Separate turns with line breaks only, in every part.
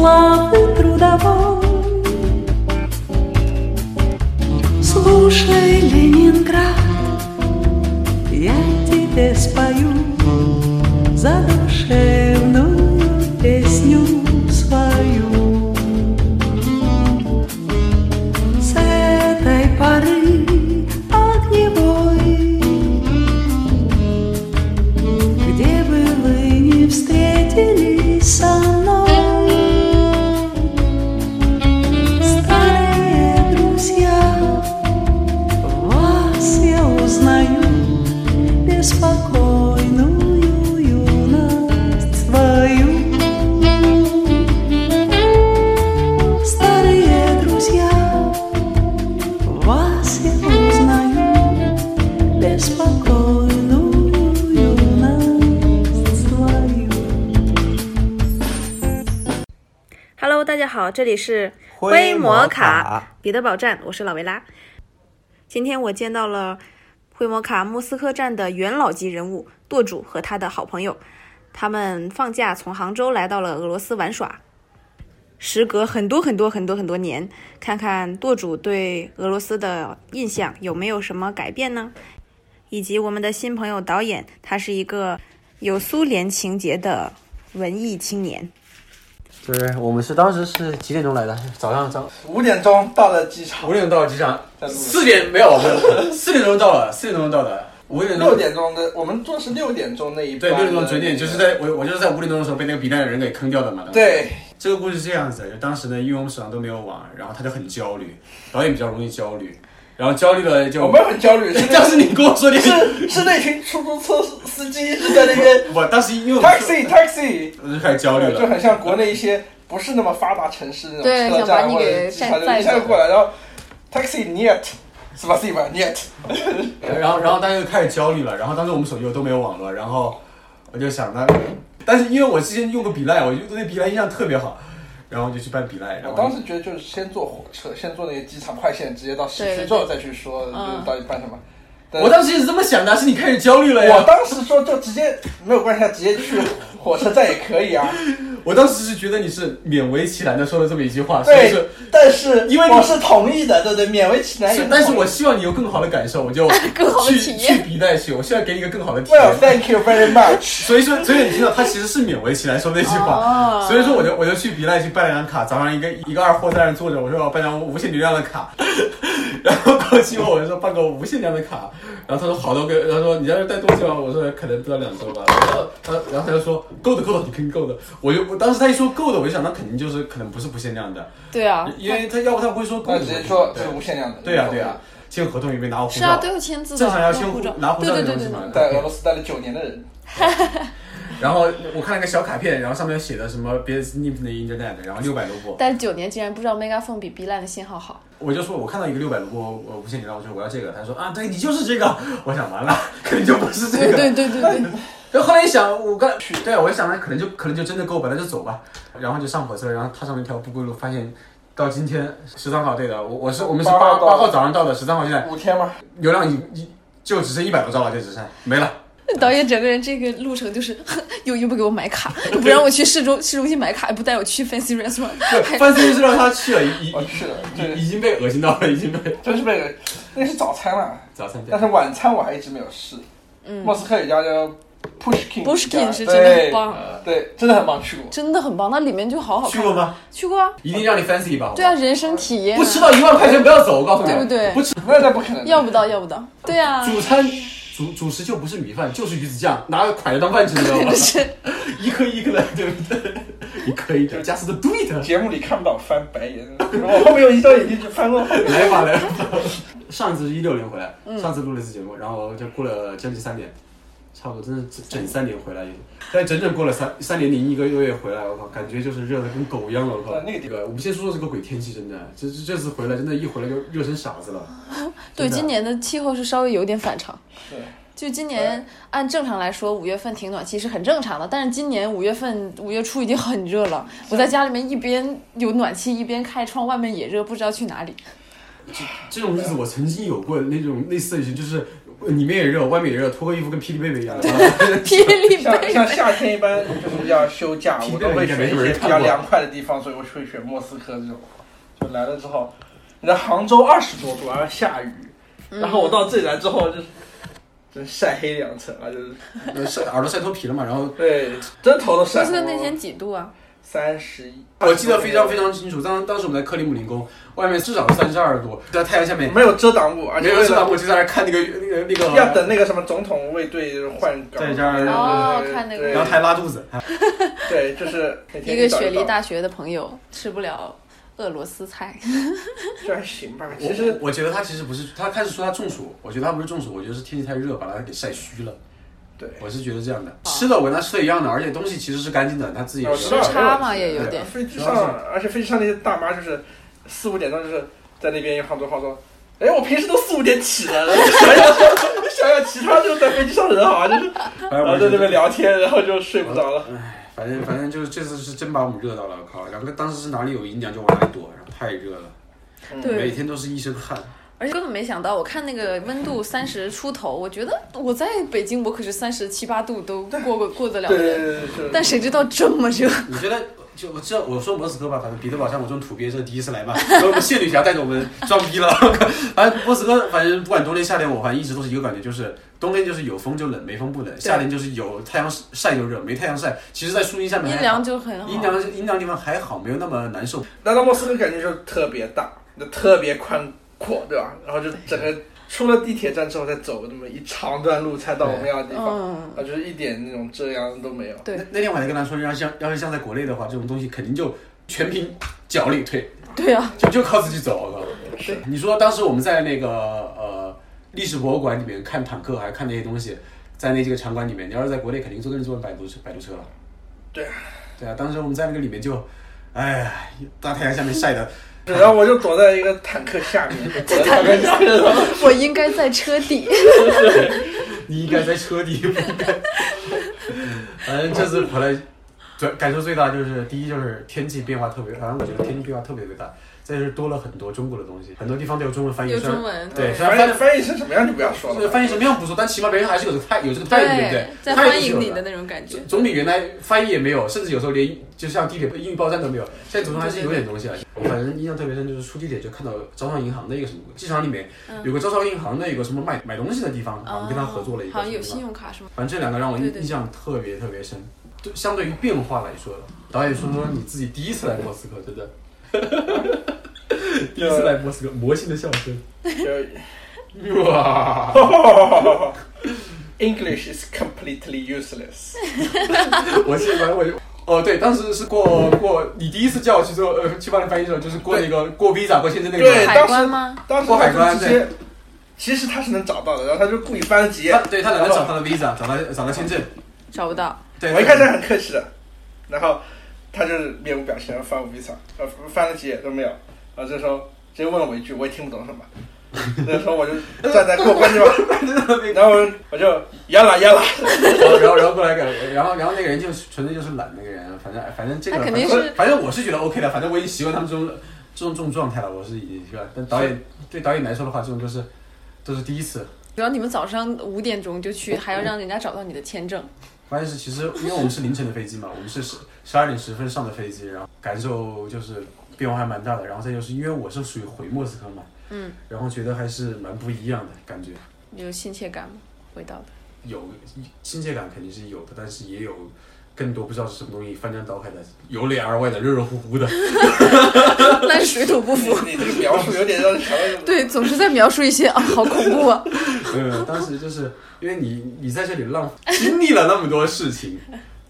lá dentro da voz. Слушай, Ленинград, я тебе спою за душевную песню свою. С этой поры огневой, где бы вы не встретились со мной, старые друзья, вас я узнаю беспокойную юность свою. Старые друзья, вас я узнаю беспокойную юность свою.
Hello，大家好，这里是
灰
摩
摩卡
彼得堡站，我是老维拉。今天我见到了灰摩卡莫斯科站的元老级人物舵主和他的好朋友，他们放假从杭州来到了俄罗斯玩耍。时隔很多很多很多很多年，看看舵主对俄罗斯的印象有没有什么改变呢？以及我们的新朋友导演，他是一个有苏联情节的文艺青年。
就是我们是当时是几点钟来的？早上早
五点钟到了机场
五，点到机场
在，路上
四点没有，四点钟到了，四点钟到的，五点钟
六点钟的，我们坐是六点钟那一
对
班的。
六点钟准点，就是在我我就是在五点钟的时候被那个比蛋的人给坑掉的嘛。当时，
对，
这个故事是这样子，就当时呢，因为我们手上都没有网，然后他就很焦虑，导演比较容易焦虑，然后焦虑了就
我们很焦 虑，是
当时你跟我说你
那是是那群出租车司机一直在 那边
我当时因为我
taxi taxi，
我就开始焦虑
就
了，
很像国内一些不是那么发达城市那
对
种车
想把
站
你
或
给
者机场，就
载
一下就过来，然后 taxi нет，什么 s 吧 нет，
嗯然后然后大家就开始焦虑了，然后当时我们手机又都没有网络，然后我就想那，但是因为我之前用过比赖，我就对比赖印象特别好，然后我就去办比赖，然
我
后
当时觉得就是先坐火车，先坐那个机场快线，直接到市
对
区
对
之后再去说
嗯
就是到底办什么。但
我当时也是这么想的，是你开始焦虑了呀。
我当时说就直接没有关系，啊，直接去火车站也可以啊。
我当 时是觉得你是勉为其难的说了这么一句话，所以
对
是，
但是
因为你
我是同意的，对不对？勉为其难也
是
同，意。
但是我希望你有更好的感受，我就
更好的
去
体验
去比代去，我希望给你一个更好的体
Well,
验。
thank you very much。
所以说，所以你知道他其实是勉为其难说那句话，
哦
所以说我就我就去比赖去办了张卡，早上一个一个二货在那儿坐着，我说我要办张无限流量的卡， 然后过去我就说办个无限量的卡，然后他说好多个，他说你在这带多久啊？我说可能不到两周吧，然后他然后他就说够的够的，你肯定够的，我就我当时他一说够的，我就想那肯定就是可能不是无限量的，
对啊，
因为他要不他不会说够
那
的
直
问
接
题
说
对
是无限量的。
对啊呀、对呀、签合同也没拿过护
是啊，
照
都，要签字的，
正常要
签
签
护照，
拿护照
对
那
对
种
对
是
对
吗？
在俄罗斯待了九年的人，
然后我看了个小卡片，然后上面写的什么 b s n i p 的 internet，然后六百卢布，
但是九年竟然不知道 Megaphone 比 B 站的信 号好，
我就说我看到一个六百卢布呃无限流量，我说我要这个，他说啊对你就是这个，我想完了， 肯定就不是这个。
对对对对对，
然后后来一想，我刚 去，对我就想着可能就可能就真的够本来就走吧，然后就上火车，然后踏上了一条不归路，发现到今天十三号对的，我我是我们是
八
八
号到
八号早上到的，十三号现在
五天吗？
流量已已就只剩一百多兆了，就只剩没 了。
导演整个人这个路程就是， 又又不给我买卡，又不让我去市中市中心买卡，还不带我去 fancy restaurant，还
范森是让他去了，已已
我去了， 对，
已已经被恶心到了，已经被
真是被人。那是早餐啦，
早餐
但
店。
是晚餐我还一直没有试。
嗯
莫斯科有一家叫 Pushkin，
Pushkin 是真的很
对
棒，啊
对，真的很棒，去过。
真的很棒，那里面就好好
去
看，
过吗？
去过啊，
一定让你 fancy 一把，好不好
对啊，，人生体验啊，
不吃到一万块钱不要走，我告诉你，
对不对
不吃
那那不可能的，
要不到要不到，对啊，
主餐主主食就不是米饭，就是鱼子酱，拿蒯子当饭吃，你知道 吗？
是
一颗一颗的，对不对？一颗一颗，加斯的 do it，
节目里看不到我翻白眼， 我后面有一双眼睛就翻过后面。
来吧来吧。上次是一六年回来，
嗯
上次录了一次节目，然后就过了将近三年。差不多，真的整整三年回来，但整整过了三三年零一个月回来，我靠，感觉就是热的跟狗一样了，我靠
对。那个地
个，我们先说说这个鬼天气，真的，这这这次回来真的，一回来就热成傻子了。
对，
真的
今年的气候是稍微有点反常。
对
就今年按正常来说，五月份停暖气是很正常的，但是今年五月份五月初已经 很 热了，我在家里面一边有暖气一边开窗，外面也热，不知道去哪里。
这这种日子我曾经有过那种类似于就是里面也热，外面也热，脱个衣服跟霹雳贝贝一样的。
霹雳
像
贝
像夏天一般就是要休 假，我都会选一些比较凉快的地方，所以我会选莫斯科这种。就来了之后，你在杭州二十多度，然后下雨，
嗯
然后我到这里来之后就是。真晒黑两层啊，就是
呃晒耳朵晒脱皮了嘛，然后
对，真头都晒
莫
红
斯
了。
科那天几度啊？
三十一，
我记得非常非常清楚，当当时我们在克里姆林宫，外面至少三十二度，在太阳下面，
没有遮挡物，而
没
且
有
为
知道
了
我就在那儿看那个那个那个，
要等那个什么总统卫队换岗，
在这儿
哦看那个
对
呃然后还拉肚子，
对，就是那天
一个
早
雪
上
梨大学的朋友吃不了俄罗斯菜，
嗯就还行吧。
我
其实
我觉得他其实不是，他开始说他中暑，我觉得他不是中暑，我觉得是天气太热把他给晒虚了。
对
我是觉得这样的，吃的我跟他吃的一样的，而且东西其实是干净的，他自己
我
吃
知
时
道
差嘛也有点。
飞机
主要
上，而且飞机上那些大妈就是四五点钟就是在那边有杭州话说，哎，我平时都四五点起的，然后就想想说想想其他就在飞机上的人好像就是
哎，
然
我
后在
觉
那边
得，
聊天，然后就睡不着了。
反正反正就是这次是真把我们热到了，靠！然后当时是哪里有阴凉就往哪里躲，然后太热了，每天都是一身汗。
而且根本没想到，我看那个温度三十出头，我觉得我在北京我可是三十七八度都过过过得了
对对
的，
对对对，
但谁知道这么热？
你觉得？就我知道，我说莫斯科吧，反正彼得堡像我这种土鳖是第一次来吧，然后我们谢女侠带着我们装逼了。 反正莫斯科，反正不管冬天夏天，我反正一直都是一个感觉，就是冬天就是有风就冷，没风不冷；夏天就是有太阳晒就热，没太阳晒。其实，在树荫
哎
下面还好
阴凉就很
阴
好，
凉阴凉地方还好，没有那么难受。
来到莫斯科感觉就特别大，就特别宽阔，对吧？然后就整个出了地铁站之后再走那么一长段路才到我们要的地方，
嗯，
啊，就是一点那种遮阳都没有。
对
那那天我还跟他说，要像要是像在国内的话，这种东西肯定就全凭脚力推，
对 啊，
就就靠自己走。我靠！你说当时我们在那个呃历史博物馆里面看坦克，还看那些东西，在那几个场馆里面，你要是在国内，肯定坐跟坐摆渡车摆渡车了。
对啊，
对啊，当时我们在那个里面就，哎呀，大太阳下面晒的，
然后我就躲在一个坦克下面， 躲在坦克下面，然后
我应该在车底，
你应该在车底，不应该。 反正这次回来，最感受最大就是第一就是天气变化特别，反正我觉得天气变化特别特别大。再就是多了很多中国的东西，很多地方都有中文翻译。
有
虽然
中文
对，虽然翻
呃翻
译
译翻译成什么样就不要说
这
了
个
吧。
翻译什么样不说，但起码别人还是有这个态有这个态度，对不对？
在
态度
欢
是
迎
有
你的那种感觉。
总比原来翻译也没有，甚至有时候连就像地铁英语报站都没有，现在总算还是有点东西了。啊我反正印象特别深，就是出地铁就看到招商银行的一个什么机场里面有个招商银行的有个什么卖买东西的地方，好像跟他合作了一个
嗯哦
什
好像
么
有
地
信
方。
用卡什么，
反正这两个让我
对
印
对对
印象特别特别深。就相对于变化来说，导演说说你自己第一次来莫斯科，真的。 第一次来莫斯科，魔性的笑声，哇！
就 English is completely useless。
我记得我就。哦，对，当时是过过，你第一次叫我去做呃去帮你翻译的时候，就是过那个过 visa 过签证那个
对
关。
海关吗？
当时
过海
他
关
就直接，其实他是能找到的，然后他就故意翻了几页
他。对他哪能找到了 visa，找到找到签证？
找不到，
对，
我一开始还很客气的，然后他就是面无表情，然后翻我 visa，呃，翻了几页都没有，然后这时候直接问了我一句，我也听不懂什么。那时候我就站在过关地 方， 然后我就我就呀啦呀啦，
然后然后过来给，然后然后那个人就是纯粹就是懒那个人，反正反正这个
他肯
反
定
正
是
反正我是觉得 OK 的，反正我已经习惯他们这种这种这种状态了，我是已经习惯。但导演对导演来说的话，这种就是都是第一次。
主要你们早上五点钟就去，还要让人家找到你的签证。
关键是其实因为我们是凌晨的飞机嘛，我们是十十二点十分上的飞机，然后感受就是变化还蛮大的。然后再就是因为我是属于回莫斯科嘛，
嗯，
然后觉得还是蛮不一样的感觉，
有亲切感吗？味 道的。
有亲切感肯定是有的，但是也有更多不知道是什么东西翻江倒海的，由内而外的热热乎乎的。
但是水土不服。
你这个描述有点让人想到什么？
对，总是在描述一些啊，好恐怖啊！
嗯，当时就是因为你你在这里浪经历了那么多事情，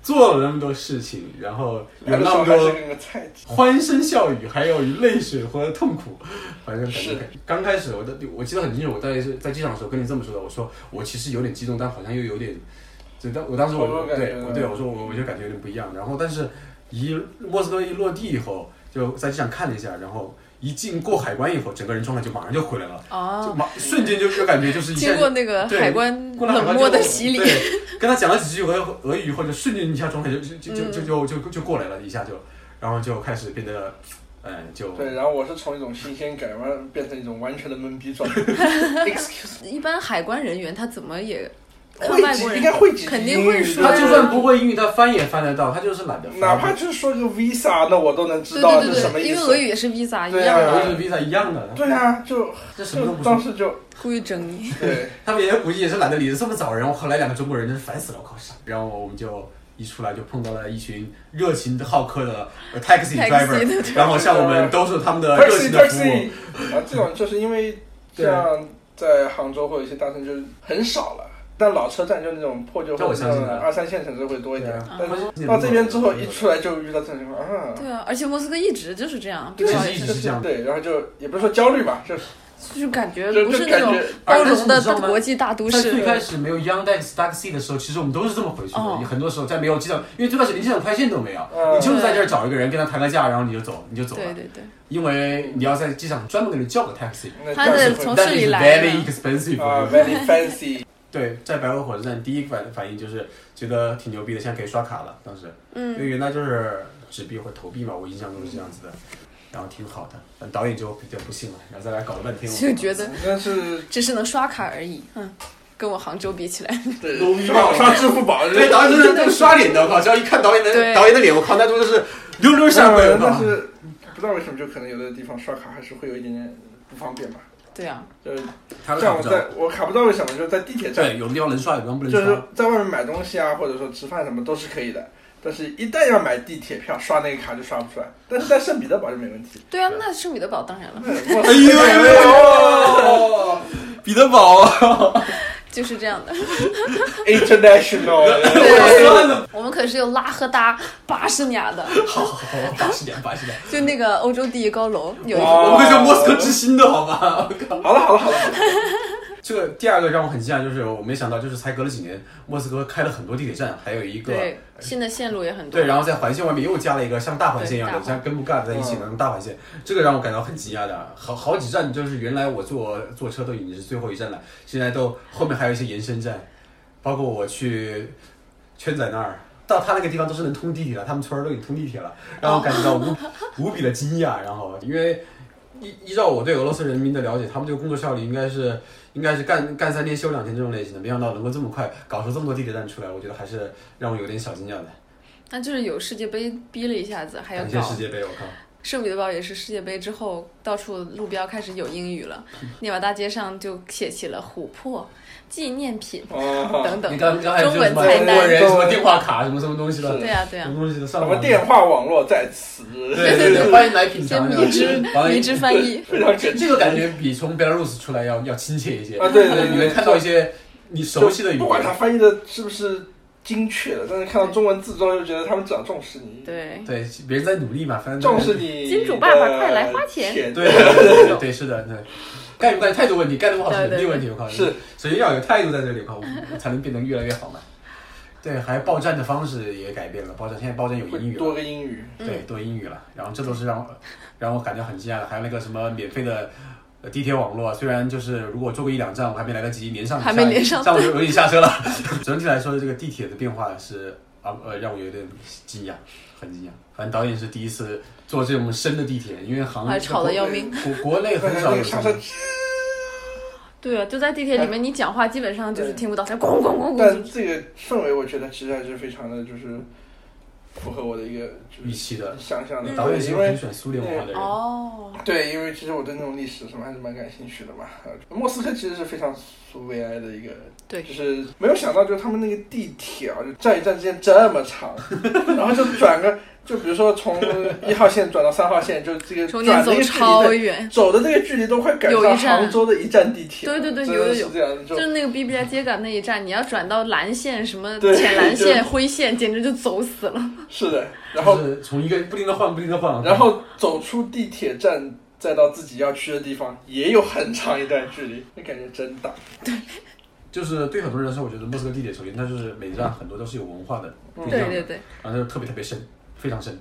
做了那么多事情，然后有
那
那
时
么
候还
多
是个菜鸡。
欢声笑语，还有泪水和痛苦，反正感觉
是
刚开始我的我记得很清楚，我在在机场的时候跟你这么说的，我说我其实有点激动，但好像又有点，就当我当时我
我有感觉
对我对我说我我就感觉有点不一样，然后但是一莫斯科一落地以后，就在机场看了一下，然后一进过海关以后，整个人状态就马上就回来了，就
哦，
马瞬间就就感觉就是一下
经过那个
对
海关
过来很快
冷
就
漠的洗礼，
对，跟他讲了几句俄俄
嗯
语以后，就瞬间一下状态就就就就就就就就过来了，一下就，然后就开始变得哎，就
对，然后我是从一种新鲜感，完变成一种完全的懵逼状态。Excuse
一般海关人员他怎么也
会
看外
几
国人
应该会几句
肯定会说
英语
呀
的
他就算不会英语，他翻也翻得到，他就是懒得翻。
哪怕就是说个 visa，那我都能知
对
道
对
是
对
什么
对，
意
因为俄
思。
语也是 visa 一
对
样
啊
的，
我跟 visa 一样的，
对嗯啊，就
这什么都
就
不
当
是。
时就
故意整你。
对，
他们也估计也是懒得理，这么早，然后后来两个中国人真是烦死了，我靠傻。然后我们就一出来就碰到了一群热情好客的呃 taxi
Taxi 的
driver，然后向我们兜售他们的 热
taxi
情的服
taxi
务。
啊，这种就是因为像在杭州或者一些大城市就是很少了，但老车站就那种破旧
这我
或
相
者
信的
二三线城市会多一点
对。
啊
但是到这边之后
嗯
一出来就遇到这种情况啊，
对啊，而且莫斯科一直就是这样，不
对
知
其
道
实
也
一
是
直是这样的。
对，然后就也不是说焦虑吧，就是
就是感觉
就
不
就是
那
感
种
觉
包容
而且
的
你知道吗
国际大都
在
市
最。开始没有 Young Dex Taxi 的时候，其实我们都是这么回去的。
哦
你很多时候在没有机场，因为最开始连机场快线都没有，
嗯
你就是在这儿找一个人跟他谈个价，然后你就走，你就走
对
了。
对对，
因为你要在机场专门给你叫个 taxi，
那
他
这样
是
子会
从
但
市
是
里
it's
来的
very expensive
啊
for you。
very fancy，
对，在白河火车站第一反反应就是觉得挺牛逼的，现在可以刷卡了。当时，因
嗯，
为原来就是纸币或投币嘛，我印象中是这样子的，然后挺好的。但导演就比较不幸了，然后在那搞了半天，
就觉得
但是
只是能刷卡而已。嗯，跟我杭州比起来，
对
奴婢
刷刷支付宝，
对导演就是那个刷脸的，我靠！只要一看导演
对
的导演的脸，我靠，那都就是溜溜下跪，我
嗯但
靠！
是不知道为什么，就可能有的地方刷卡还是会有一点点不方便吧。
对啊，
就是
他
像
卡
我
不着。
在我卡不知道为什么，就是在地铁站，
对，有的地方能刷，有的地方不能
就是
刷。
在外面买东西啊，或者说吃饭什么都是可以的，但是一旦要买地铁票，刷那个卡就刷不出来。但是在圣彼得堡就没问题。
对啊，那圣彼得堡当然了，
哎
哎呦哎呦！彼得堡，啊
就是这样 的。
，international，
哎
对，我们可是有拉赫达巴士尼亚的，
好好好，八十年，八十年，
就那个欧洲第一高楼有一个。
哇
我们可是莫斯科之星的好吧？
好了好了好了，好了
这个第二个让我很惊讶，就是我没想到，就是才隔了几年，莫斯科开了很多地铁站，还有一个
对，新的线路也很多。
对，然后在环线外面又加了一个像大环线一样
对
的，
大环嗯
像根部盖在一起的那种大环线，这个让我感到很惊讶的。好好几站就是原来我坐坐车都已经是最后一站了，现在都后面还有一些延伸站，包括我去圈仔那儿。到他那个地方都是能通地铁了，他们村儿都已经通地铁了，让我感觉到
哦
无、 无比的惊讶。然后，因为依依照我对俄罗斯人民的了解，他们这个工作效率应该是应该是干干三天休两天这种类型的，没想到能够这么快搞出这么多地铁站出来，我觉得还是让我有点小惊讶的。
那就是有世界杯逼了一下子，还要
感谢
搞
世界杯，我靠！
圣彼得堡也是世界杯之后，到处路标开始有英语了，涅瓦大街上就写起了琥珀纪念品
哦，
等等
你。刚刚才
中文
什么
菜
中
单
国人什么电话卡什么什么东西了，
是
对呀、对呀、啊
什么东西的上
啊什
网
么电话网络在此，
对对对，欢迎来品尝。
先迷之
王
迷
爷
之 翻 译，
非常简直
这个感觉比从 Belarus 出来要要亲切一些
啊对对对
你能看到一些你熟悉的语
不管他
言。
翻译的是不是精确的，但是看到中文字之后就觉得他们只要重视你，
对，
对，别人在努力嘛，反正
重视你的。
金主爸爸快来花钱
对对对对对，是的，对。干不干态度问题，干得不好是能力问题。我靠，
是，
首先要有态度在这里，我靠，我才能变得越来越好嘛。对，还报站的方式也改变了，报站现在报站有英
会
语了，
多个英语，
对，
嗯
多英语了。然后这都是让我 让我感觉很惊讶的，还有那个什么免费的。呃地铁网络虽然就是如果坐个一两站，我还没来得及连上，
还没连上
这样我就有点下车了。 整体来说，这个地铁的变化是啊呃让我有点惊讶，很惊讶。反正导演是第一次坐这种深的地铁，因为杭
还吵得要命。
国国内很
那
少有
个
这
刹
种
车。
对啊，就在地铁里面，你讲话基本上就是
对
听不到，它咣咣咣
但
咣。
这个氛围，我觉得其实还是非常的，就是符合我的一个就
预
是
期的。
想象的。
导演是
对，
一
因
个很
为
喜欢苏联文化的人，
哦，
对，因为其实我对那种历史什么还是蛮感兴趣的嘛。呃莫斯科其实是非常苏维埃的一个，
对
就是没有想到，就是他们那个地铁啊，就站一站之间这么 长，然后就转个，就比如说从一号线转到三号线，就这个
中
转的
间走
一个距离
超
的。
远，
走的那个距离都快赶
有一
上
站
杭州的一站地铁了，
对对对
真
有
的
有
是
有
这样，就
就是那个 B B 街港那一站，你要转到蓝线、什么
对
浅蓝
对
线、灰线，简直就走死了。
是的。然后
就是从一个不停的换，不停的换，
然后走出地铁站，再到自己要去的地方，也有很长一段距离，那感觉真大。
就是对很多人来说，我觉得莫斯科地啊铁首先它就是每一站很多都是有文化的，不一
嗯对
样的
对对，
然后就特别特别深，非常深。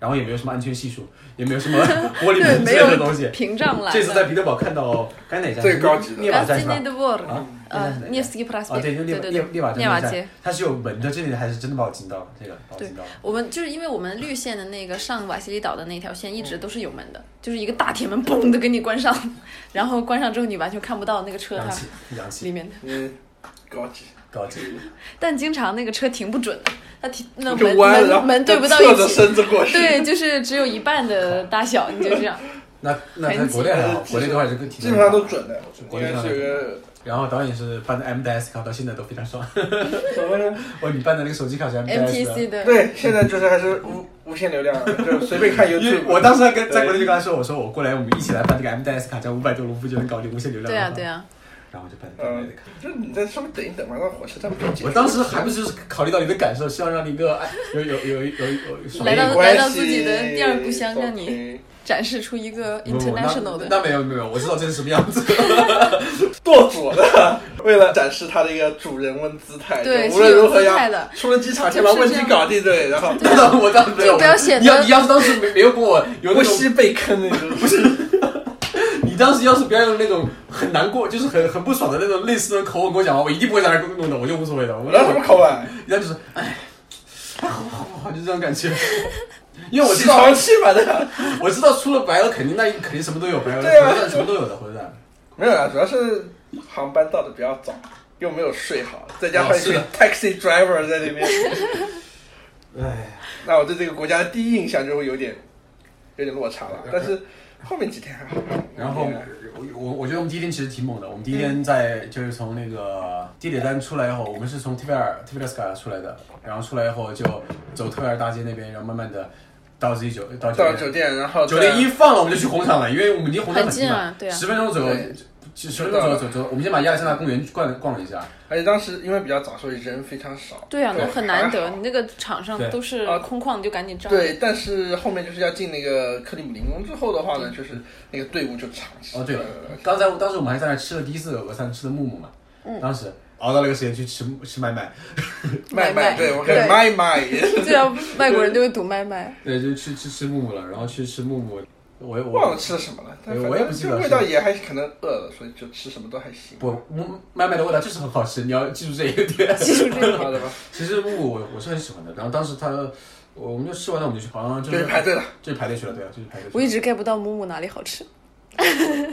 然后也没有什么安全系数，也没有什 么 玻璃
对，
门
没
之类的东
有
西。
屏障栏的。
这次在彼得堡看到该哪站？
最高级的
涅瓦站是吧
Гостиный？двор，
啊
呃
涅瓦站
，Невский проспект，
哦，对，就涅
对
瓦
对
涅
对，
涅瓦
涅瓦
站
街。，
它是有门的，这里还是真的把我惊到了，这个把我
对
惊到了。
我们就是因为我们绿线的那个上瓦西里岛的那条线一直都是有门的，就是一个大铁门嘣的给你关上， 然后关上之后你完全看不到那个车
洋
它
气，洋
里
气，
面的，
嗯，高级，
高级。
但经常那个车停不准的，它停那
就
门
弯了，然
门
后
门对不到
侧着
一起，
身子过去，
对，就是只有一半的大小，你就这样。
那那
很
在
挤
国内还好，
基
国内的话是更
基本上都。准的，应该是有个
然后导演是办的 M 的 S 卡，到现在都非常爽。
什么呢？
哦，你办的那个手机卡是 M 的 S 啊
MTC 的，
对，现在就是还是无无限流量，就随便 看
因为
YouTube。
我当时还跟在国内就跟他说，我说我过来，我们一起来办这个 M 的 S 卡，只要五百多卢布就能搞定无限流量。
对啊对。啊，
然后我就办了 M
嗯
S 卡。，
就你在上面等一等嘛，让火车站不
我当时还不是考虑到你的感受，希望让你一个哎有有有有有有爽
来
一点
到来到自己的第二故乡让你
你
展示出一个
不不那
international 的。
那没有没有，我知道这是什么样子。
做作的， 为了展示他的一个主人翁姿态，
对
就无论如何
是有姿态的
要出了机场先把问题搞定，对，然后
我当时没有，
就不要显得
你要你要是当时没没有跟我有那
不
种
惜被坑的，不是
你当时要是不要用那种很难过，就是很很不爽的那种类似的口吻跟我讲话，我一定不会在那儿弄的，我就无所谓的。我
我 拿什么啊口吻？
然后就是哎，好好 好，就这种感觉。因为我知道
小，气吧的，
我知道除了白鹅，肯定那肯定什么都有，白鹅
对啊
火车站什么都有的火车站。
没有啊，主要是航班到的比较早，又没有睡好，再加上
哦
一
是
个
的
taxi driver 在里面，
哎，
那我对这个国家的第一印象就会有点有点落差 了。但是后面几天还好，
然后我我我觉得我们第一天其实挺猛的，我们第一天在就是从那个地铁站出来以后，我们是从 t 贝尔 t 贝尔斯卡出来的，然后出来以后就走特贝尔大街那边，然后慢慢的到自己酒到酒
到
店
了酒店，然后
酒店一放了，我们就去红场了，因为我们离红场
很近
近
啊
嘛，
对啊
十分钟左右
对，
十十分钟左右走走，我们先把亚历山大公园逛逛了一下，
而且当时因为比较早，所以人非常少。
对啊，那很难
还
得，
好
你那个场上
对
都是
啊
空旷，你就赶紧照。
对，，但是后面就是要进那个克里姆林宫之后的话
嗯
呢，就是那个队伍就呃长期。
哦，对了，刚才当时我们还在那吃了第一次俄餐，吃的木木嘛，
嗯
当时熬到那个时间去吃吃麦麦，
卖卖，
卖
对
卖
我看
对
卖卖，
对啊，外国人都会读 麦麦。
对，就去吃吃木木了，然后去吃木木，我我
忘了吃了什么了，但
哎
反
我也
正
不记
就
得
味
是
道也还可能饿了，所以就吃什么都还行。
不，木麦麦的味道就是很好吃，你要记住这一点。
记住这个，
好的吧，
其实木木我我是很喜欢的，然后当时他我我们就吃完了，我们就去，好像就
就是
是
排队了。
就是排队去了，对啊，就是排队去了。
我一直 get 不到木木哪里好吃。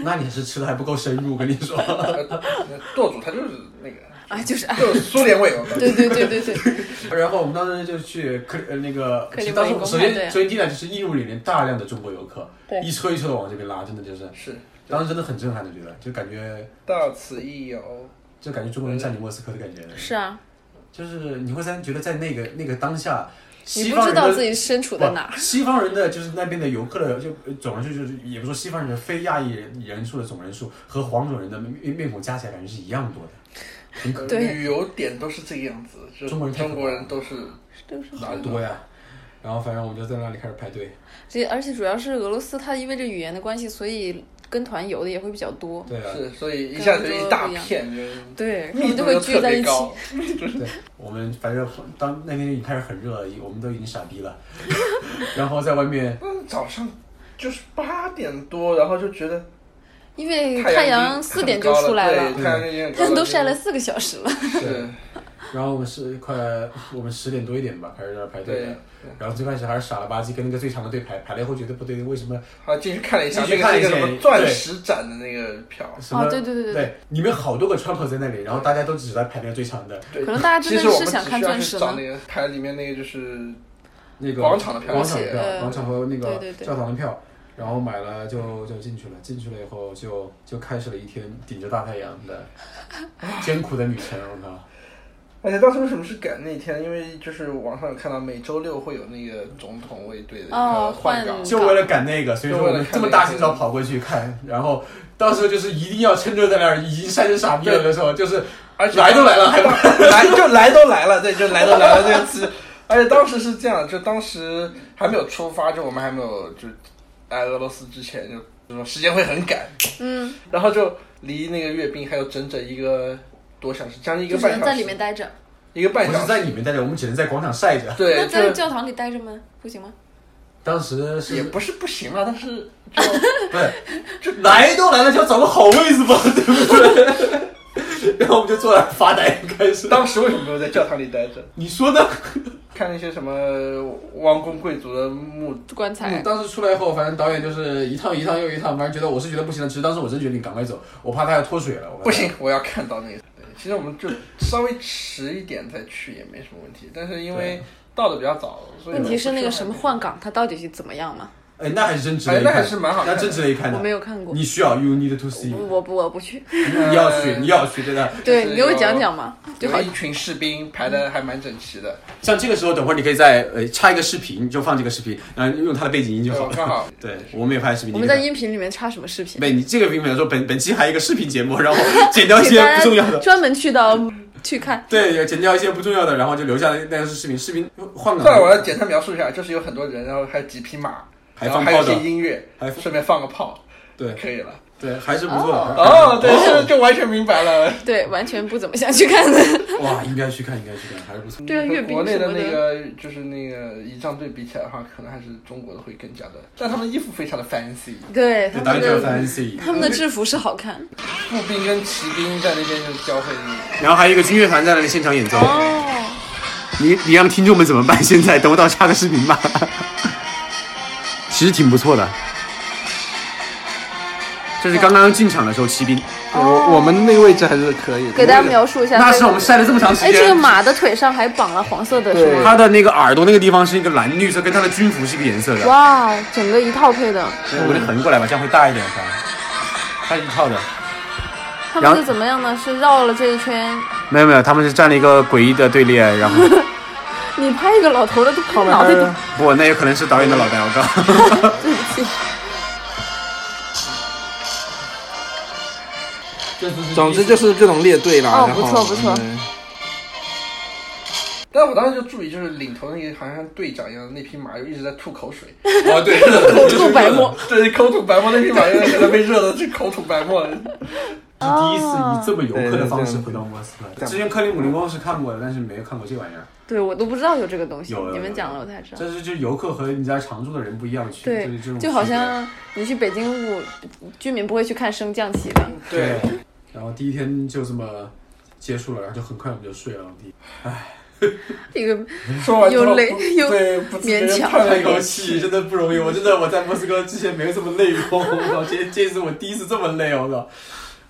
那你是吃的还不够深入，我跟你说。
呃那舵主他就是那个，
啊，就是啊，
就是苏联味，我 们
对对对对对，
然后我们当时就去克呃那个，
克里
其实
姆
当
林
时
宫
首
派对
先首先第一点就是映入眼帘大量的中国游客，
对
一车一车的往这边拉，真的就是
是
当时真的很震撼的，觉得就感觉
到此一游。
就感觉中国人占领莫斯科的感觉，
是啊，
就是你会在觉得在那个那个当下，
你
西
不
方
知
人
道
的
自己身处
不
在哪儿。
西方人的就是那边的游客的，就呃总人数就是也不说西方人非亚裔人数的总人数和黄种人的面面孔加起来感觉是一样多的，很可
呃
对
旅游点都是这个样子，就是
中国人太
中国人
可
都是
都是
哪多呀。然后反正我们就在那里开始排 队，
这，而且主要是俄罗斯，它因为这语言的关系，所以跟团游的也会比较多。
对啊，
是，所以一下就一大片，就是
对，他
密
们就
度
会
又
聚
特
在
别
一起。
高。
对，我们反正当那天已经开始很热了，我们都已经傻逼 了，然后在外面
嗯，早上就是八点多，然后就觉得
因为
太
嗯太
阳
阳
已经
四
很
点就
高
出来
了，
了，
对太阳已
嗯
经很高
但
了
都晒了。四个小时了。
是，
然后我们是快我们十点多一点吧，开始在那儿排队
对
的。。然后最开始还是傻了吧唧，跟那个最长的队排排了以后觉得不对，为什么
好，进去看了一下，
进去
那个是
看
一
一
个
下
什么钻石展的那个票，
什么？
哦对对对对
对
对
里面好多个窗口在那里，然后大家都只在排那个最长的
对
可能大家真
其
的
实我们
是想看钻石
只
吗
需要去找那个排里面那个就是
那个
广场的票
广场的
而且
票，
呃
广场和那个
对对对
教堂的票。然后买了就就进去了，进去了以后就就开始了一天顶着大太阳 的艰苦的旅程，我靠！
而且哎当时为什么是赶那天？因为就是网上有看到每周六会有那个总统卫队的一个
哦
换岗
换，
就为了赶那个，所以说我们这么大清早跑过去看，然后到时候就是一定要趁着在那儿已经晒成傻逼了的时候，就是
而且
来都来了还不
来就来都来了，对，就来都来了这个词。而且当时是这样，就当时还没有出发，就我们还没有就来俄罗斯之前，就就说时间会很赶，
嗯，
然后就离那个阅兵还有整整一个多小时，将近一
就
个
只
半
能
小
在里
时
面，待着。
一个半
不
小
是
时。
在里面待着，我们只能在广场晒着。
对，
那
就
在
是
教堂里待着吗？不行吗？
当时是
也不是不行啊了，但是
不 是，就来都来了，就要找个好位置吧，对不对？ 然后我们就坐那儿发呆，开始。
当时为什么没有在教堂里待着？
你说呢？
看那些什么王公贵族的墓，
棺材啊
嗯，当时出来以后，反正导演就是一趟一趟又一趟，反正觉得我是觉得不行了。其实当时我真觉得你赶快走，我怕他要脱水了。我
不行，，我要看到那个。对，其实我们就稍微迟一点再去也没什么问题，但是因为到的比较早，所以
问题是那个什么换岗，它到底是怎么样嘛？
哎，那还是真值得
哎
一，
那
看，
还是蛮好看
那
的。
真值得一看
嗯
我
的。
没有看过，
你需要，you need to see，
我不我不去。
你要去，你要去，对的。
对你给我讲讲嘛，就好
有一群士兵排的还蛮整齐的，
像这个时候，等会儿你可以再呃插一个视频，就放这个视频，然后用它的背景音就好
哦对刚好
了。 对，我们也拍视频。
我们
你可
在
以
音频里面插什么视频？
对，你这个并没有说本本期还有一个视频节目， 然后剪掉一
请
些
大
不重要
家
的。
专门去到去看。
对，剪掉一些不重要的，然后就留下了那个视频。视频换个。啊
后来我要简单描述一下，就是有很多人，然后还有几匹马，
还
然后
放
还
炮
有一
的
些，音乐，
还
顺便放个炮，
对
可以了。
对，还是不错的。
哦，对，是就完全明白了。
对，完全不怎么想去看的。
哇，应该去看，应该去看，还是不 错。
对啊，阅兵
国内
什
的
么
那个就是那个仪仗队比起来的话，可能还是中国的会更加的，但他们衣服非常的 fancy，
对
对，
他们
当然就
的
fancy。
他们的制服是好看。
步兵跟骑兵在那边就交汇。
然后还有一个军乐团在那里现场演 奏。
哦，
你你让听众们怎么办？现在等我到下个视频吧。 其实挺不错的。这是刚刚进场的时候，骑兵。
我我们那个位置还是可以的
给大家描述一下。
那是我们晒了这么长时
哎，这个
间。
马的腿上还绑了黄色的，是吗？
它的那个耳朵那个地方是一个蓝绿色，跟它的军服是一个颜色的。
哇，整个一套配的，
我得横过来吧，这样会大一点吧。它是一套的。
他们
然后
是怎么样呢？是绕了这一圈，
没有没有，他们是站了一个诡异的队列，然后
你拍一个老头的头脑袋都
不，那有可能是导演的脑袋，我告。
对不起。
总之就是各种列队啦嗯
哦然后不错不错
但我当时就注意，就是领头那个好像像队长一样的那匹马，就一直在吐口水，
哦，对，
这个白沫。
对，口吐白沫，那匹马又在那被热的，这口吐白沫。
哦
是第一次以这么游客的方式
对对对
回到莫斯科。
对
之前克里姆林宫是看过的，但是没有看过这玩意儿。
对我都不知道有这个东西
有有，有
你们讲了我才知道。
但是就游客和人家常住的人不一样去，就是这
对，
种
就好
区别
像你去北京，我居民不会去看升降旗的。
对。然后第一天就这么结束了，然后就很快我们就睡了。 第一
一个
说完之后
又累
不
又
对，不自觉地
勉强
叹了
叹
一
口 气，
口哎气
真。的不容易。我真的我在莫斯科之前没有这么累过，我操，这这次我第一次这么累，我操，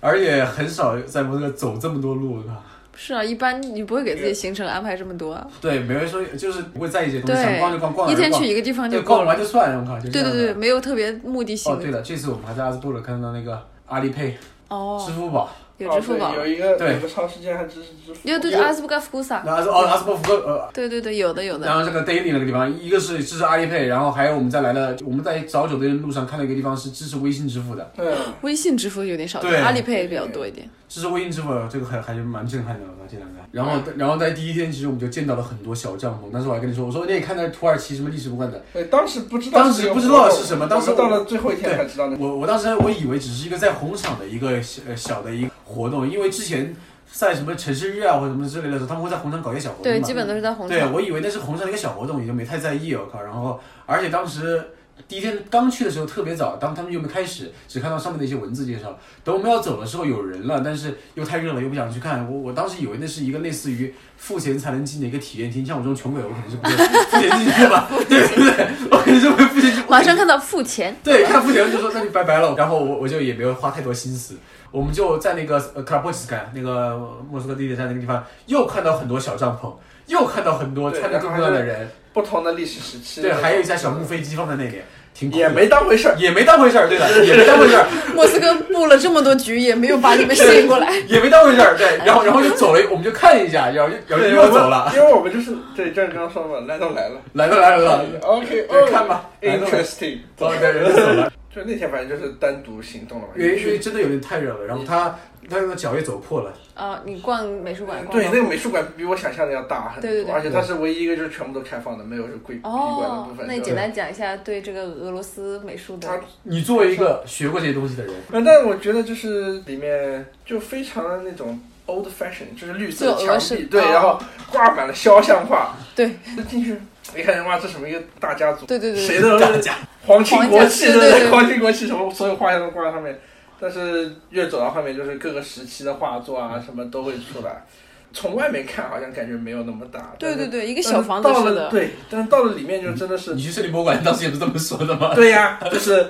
而且很少在莫斯科走这么多路，我靠。
是啊，一般你不会给自己行程安排这么多啊。
对，没人说就是不会在意这些东西，想
对
逛就逛，逛，
一天去一
个
个地方
对，
就够
逛完
了。
就算了，我靠，就这
对
样
对对，
的。
没有特别目的性
哦，对
的。
了，这次我们还在阿斯波尔看到那个阿里配、支
哦，
付宝，
有支付宝
哦对。有一个
对
有个超市竟然还支持支付宝，
对对对，阿斯布加夫库萨。
然后哦阿斯波福呃，
对对对，有的有
然
的。
后这个 daily 那个地方，一个是支持阿里配，然后还有我们在来了，我们在找酒店的路上看到一个地方是支持微信支付的，
对，
微信支付有点少，
对
阿里配比较多一点。
支持微信支付这个还还是蛮震撼的，我操这两个。然后
嗯
然后在第一天其实我们就见到了很多小帐篷，当时我还跟你说，我说那你看那土耳其什么历史博物馆的，
对，当时不知道，
当时不知道是什么当时
我们到了最后一天才知道的。
我我当时我以为只是一个在红场的一个小呃小的一个活动，因为之前在什么城市日啊或者什么之类的时候，他们会在红场搞一些小活动嘛。
对，基本都是在红
对，
场。
我以为那是红上的一个小活动，也就没太在意。我靠，然后而且当时第一天刚去的时候特别早，当他们又没开始，只看到上面的一些文字介绍。等我们要走的时候有人了，但是又太热了，又不想去看。我我当时以为那是一个类似于付钱才能进的一个体验厅，像我这种穷鬼，我肯定是不会付钱进去的吧？ 对不对？我肯定是不会付钱进去。
马上看到付钱，
对，看付钱就说那就拜拜了。然后我我就也没有花太多心思，我们就在那个呃克拉波奇斯卡那个莫斯科地铁站那个地方，又看到很多小帐篷，又看到很多
对
穿着
然后
各种
还
各样的
是
人，
不同的历史时期，
对，还有一架小木飞机放在那里，挺酷的
也没当回 事儿。
也没当回事儿，对的，也没当回 事儿，
莫斯科布了这么多局，也没有把你们吸引过来。
也没当回事儿，对。然后然后就走了，我们就看一下，然后就然后
对
就又走了，
因为我们就是对，正刚刚说嘛，来都来了
来了来了来了，
，OK， 哦
对看吧来都来了
，interesting。
走了对，人就走了。
就那天反正就是单独行动了嘛，
因为因为真的有点太热了，然后他他那个脚也走破了，
啊，你逛美术馆逛
对，
到
那个美术馆比我想象的要大很多，
对对对
而且它是唯一一个就是全部都开放的，没有是贵闭馆的部
哦，
分。
那
就
简单讲一下对这个俄罗斯美术
它
的，
你作为一个学过这些东西的人，
嗯，但我觉得就是里面就非常的那种 old fashion，就是绿色的
就俄
墙
式
壁，对，
哦
然后挂满了肖像画，
对，
就进去你看，妈，这什么一个大家族？
对对对
谁的
大家
皇亲国戚
皇家对对对
皇亲国戚什么所有画像都挂在上面。但是越走到后面，就是各个时期的画作啊，什么都会出来。从外面看好像感觉没有那么大，
对对
但是
对，一个小房子
但是
似
呃到了
的，
对，但是到了里面就真的是
你，去森林博物馆当时也不是这么说的吗？
对呀、就是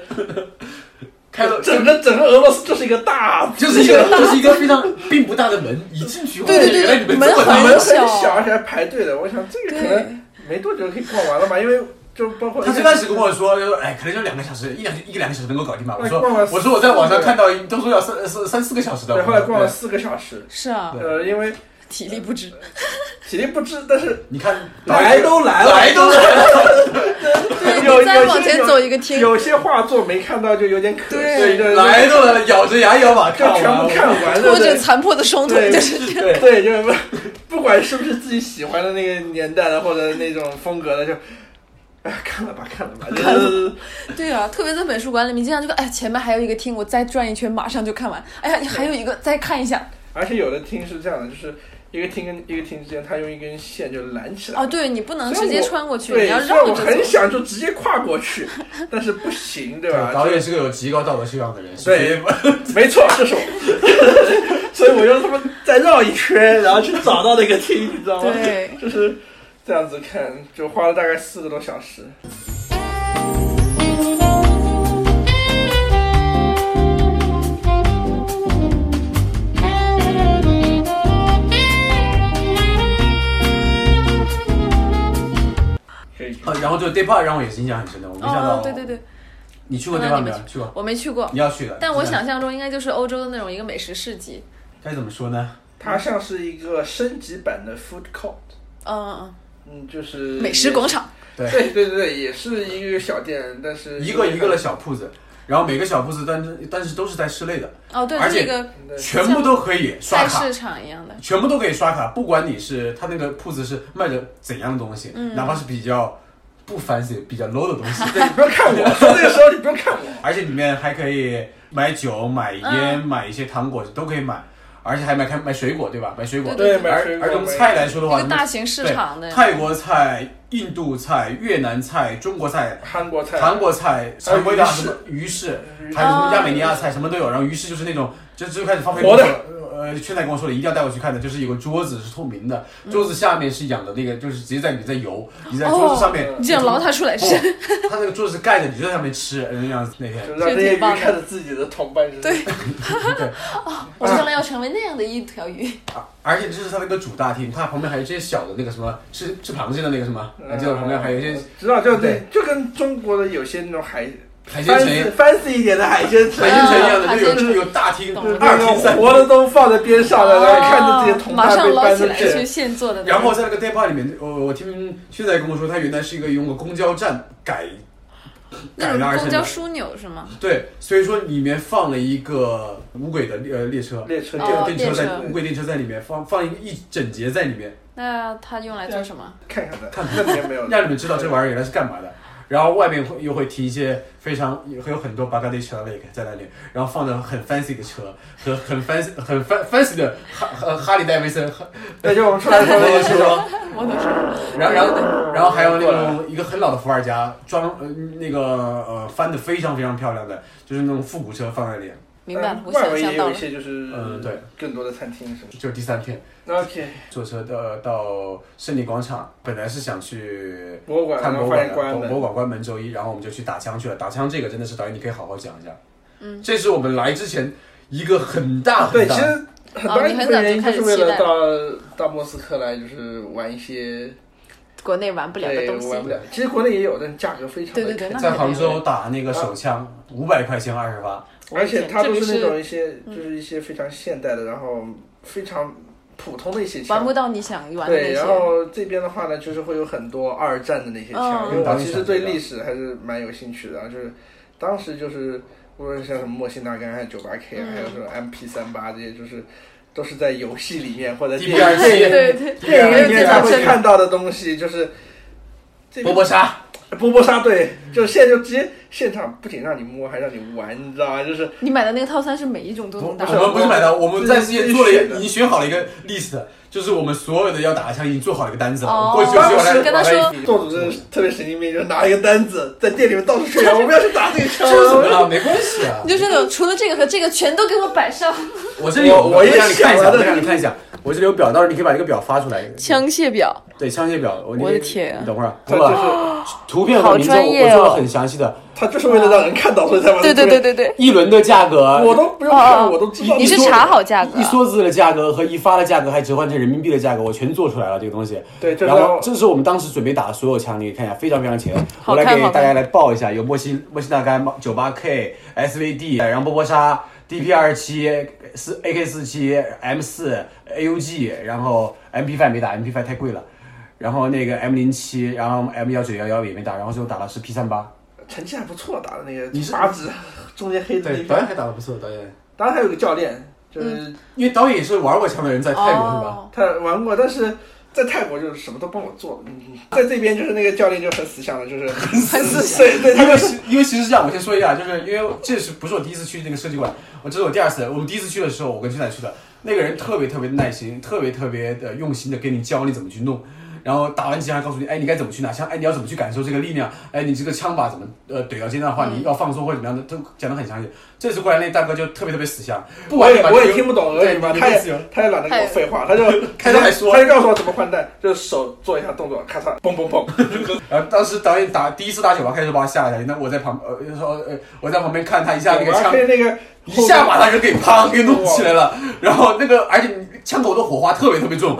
开了
整个整个俄罗斯就是一个大，
就是一 个就是一个非常并不大的门，一进去哦
对对对
原来你们 这么
门
大
很
门很
小
小，而且还排队的。我想这个可
对
能没多久可以逛完了吧，因为就包括
他最开始跟我说，就说哎，可能就两个小时，一两一个两个小时能够搞定吧。我说
哎逛了，
我说我在网上看到都说要三三三四个小时的。
对，后来逛了四个小时，
是啊，
对
呃，因为
体力不支。
体力不支，但是
你看
来都来了，
来都来了，
对，
有
你再
有
往
些
前
有
走一个厅，
有些画作没看到就有点可惜，
对
就是
来都来了，咬着牙也要把它
就
看啊
全部
完。
看完了，
拖着
对
残破的双腿，
对
就是这
对
样。
对，就是不不管是不是自己喜欢的那个年代的或者那种风格的，就哎看了吧，看了吧，就是
对啊，特别在美术馆里面，经常就看，哎，前面还有一个厅，我再转一圈，马上就看完。哎呀，还有一个，再看一下。
而且有的厅是这样的，就是一个厅跟一个厅之间，它用一根线就拦起来
哦，
了。
对你不能
虽然
直接
我
穿过去，
对，
你要
虽然
绕
我
着
很
走。
想就直接跨过去，但是不行，对吧？
啊导演是个有极高道德修养的人，是
对
绝不
没错，就是我。 所以我就他妈再绕一圈，然后去找到那个厅，你知道吗？
对哦
就是这样子看，就花了大概四个多小时。可以，
呃然后就 Day Park 让我也是印象很深的，我没想到。
哦，对对。对，
你去过 Day
看来
Park
你
没
们
有？去过。
我没去过
你，要去的。
但我
真的
想象中应该就是欧洲的那种一个美食市集。
该怎么说呢？
它像是一个升级版的 food court，
嗯嗯
嗯，就是
嗯，美食广场。
对对对对，也是一个小店，但是
一个一个的小铺子，然后每个小铺子但是但是都是在室内的，
哦，对，
而
是
且
一个
全部都可以刷
菜
卡
市。场一样的。
全部都可以刷卡，不管你是他那个铺子是卖着怎样的东西，
嗯
哪怕是比较不 fancy、比较 low 的东 西，
对，你不要看我，说这个时候你不要看我，
而且里面还可以买酒、买烟、
嗯
买一些糖果都可以买，而且还买看买水果，对吧？买水果。
对
买水
而
果
而从菜来说的话，
一个大型市场的
对泰国菜、印度菜、越南菜、中国菜、
韩国菜，
韩国菜、
还有
常规的
鱼
什
市
么鱼市，
鱼
还有什么
啊
亚美尼亚菜，什么都有。然后鱼市就是那种，就最开始发配
活的
呃，圈仔跟我说的，一定要带我去看的，就是有个桌子是透明的，桌子下面是养的那个，就是直接在你在游，你在桌子上面，
你这样捞它出来吃，
啊
不，它那个桌子是盖着，你就在上面吃，呃那样子那天
就。让这些鱼看着自己的同伴，对，
我将来要成为那样的一条鱼。
啊而且就是它那个主大厅，它旁边还有这些小的那个什么吃吃螃蟹的那个什么，
嗯
然后旁边还有一些
知道就对
对，
就跟中国的有些那种海
海鲜城、
fancy fancy 一点的海鲜城
海。鲜城一样
啊
的，就有
海鲜
就有大厅、
懂了
二厅、三厅
活。的都放在边上了，然后呃看着自己的同
哦马
伴
上
被
捞
搬
起
出
来去
去，
现做的那种。
然后在那个 day park 里面，我我听旭仔跟我说，他原来是一个用个公交站改改
那
的
种
而
公
成
交
的，
枢纽是吗？
对，所以说里面放了一个无轨的呃列车，
列车
哦
电车在
电车
无轨电车在里面放放一个一整节在里面，
那它用来做什么？
看看的，那里面没有，
让你们知道这玩意儿原来是干嘛的。然后外面会又会停一些非常会有很多巴嘎迪车那个在那里，然后放着很 fancy 的车和很 fancy 很 fan- fancy 的哈哈哈里戴维森，哈
那就我们出 来说那
哦
个
车。
摩托车。
然后，然后，然后还有那种一个很老的伏尔加装呃那个呃翻的非常非常漂亮的，就是那种复古车放在那里，
明白了，我
嗯外
想
围也
象到
有一
了。
些就是
嗯对
更多的餐厅什么
就是第三天
的。OK，
坐车到到胜利广场，本来是想去
博物馆，
看
然
博物
后发
馆
现
的，
关
博物
门。
馆关门周一，然后我们就去打枪去了。打枪这个真的是导演，你可以好好讲一下。嗯，这是我们来之前一个很大
啊对，
很
其
大，
实很大
哦
一
你
部分
很早就
原因就
开始
是为了
期待
到到莫斯科来，就是玩一些
国内玩不了的
对
东西。
玩不了。其实国内也有，但价格非常的
对对对，那
在
肯定
杭州打那个手枪，五百块钱二十发，
而且它都
这
是那
里是嗯
种一些，就是一些非常现代的，然后非常普通的一些
玩
枪
不。到你想玩的那
对，
些。
然后这边的话呢，就是会有很多二战的那些枪，
嗯
因为我其实对历史还是蛮有兴趣的。然后就是当时就是无论像什么莫辛纳甘还是九八 K 啊，还
嗯
有什么 MP 三八这些，就是都是在游戏里面或者
第
电
二
影
期
对对，
啊电影里面才
第二
会
期
看到的东西，就是这
波
边
波沙，
波波沙对，
嗯
就现在就直接现场，不仅让你摸，还让你玩，你知道吗？就是
你买的那个套餐是每一种都能打
我。们不是买单，我们在
自己
也做了一
选
个，已
的
经选好了一个 list，就是我们所有的要打的枪已经做好了一个单子了。
哦
过去有时候来
跟他
玩
说
一
豆主真的是特别神经病，就拿一个单子在店里面到处 宣扬，我们要去打这个枪
这。是怎么了？没关系啊
你。就这种，除了这个和这个全都给我摆上。
我这里有，
我我也
让你看一
想
下，
了
我让你看一下， 我这里有表，到时候你可以把这个表发出来。
枪械表，
对，枪械表，我
我
你
的天啊
你等会儿，
他
我
就
把
是
图片和名字
好专业
我
哦
做了很详细的，
他就是为了让人看到，所以才把它
对对
做
对对对，
一轮的价格，
成，我都不用
哦哦
看，我都知道。
你是
做
查好价格啊
一梭子的价格和一发的价格，还折换成人民币的价格，我全做出来了这个东西。
对这是
然后
我
这是我们当时准备打的所有枪，你可以看一下，非常非常全。
好
我
看
来给
好看
大家来报一下，有莫西莫西纳甘九八 K、SVD，然后波波沙、DP 二七、四 AK 四七、M 四、AUG，然后 MP 5没打，MP 5太贵了。然后那个 M 零七，然后 M 幺九幺幺也没打，然后最后打的是 P 三八。
成绩还不错，打的那个
你是
八指中间黑的那一片。
还打的不错，导演，
当然还有个教练，
嗯
就是
因为导演也是玩过枪的人，在泰国、是吧？
哦？
他玩过，但是在泰国就是什么都帮我做，嗯在这边就是那个教练就很死相了，就是很
死相
对对，他
因
就
为
是
其因为其实是这样，我先说一下，就是因为这是不是我第一次去那个射击馆，我这是我第二次。我们第一次去的时候，我跟俊仔去的，那个人特别特别耐心，特别特别的用心的给你教你怎么去弄。然后打完几下，告诉你，哎，你该怎么去拿枪，哎，你要怎么去感受这个力量，哎，你这个枪把怎么呃怼到肩上的话，
嗯
你要放松或者怎么样的，都讲得很详细。这次过来那大哥就特别特别死相，不
我
管你
也
把
我
这
也
个
听不懂，我
对
也
你
他
就
也
自由
他也懒得跟我废话，他就
开头还说
他就告诉我怎么换弹，就是手做一下动作，咔 嚓，嘣嘣嘣，
然后当时导演打第一次打九八开始就把他吓了一跳，那我在旁呃就说呃我在旁边看他一下那个
我还
枪
可以那个
一下把他人给啪给弄起来了，然后那个而且枪口的火花特别特别重，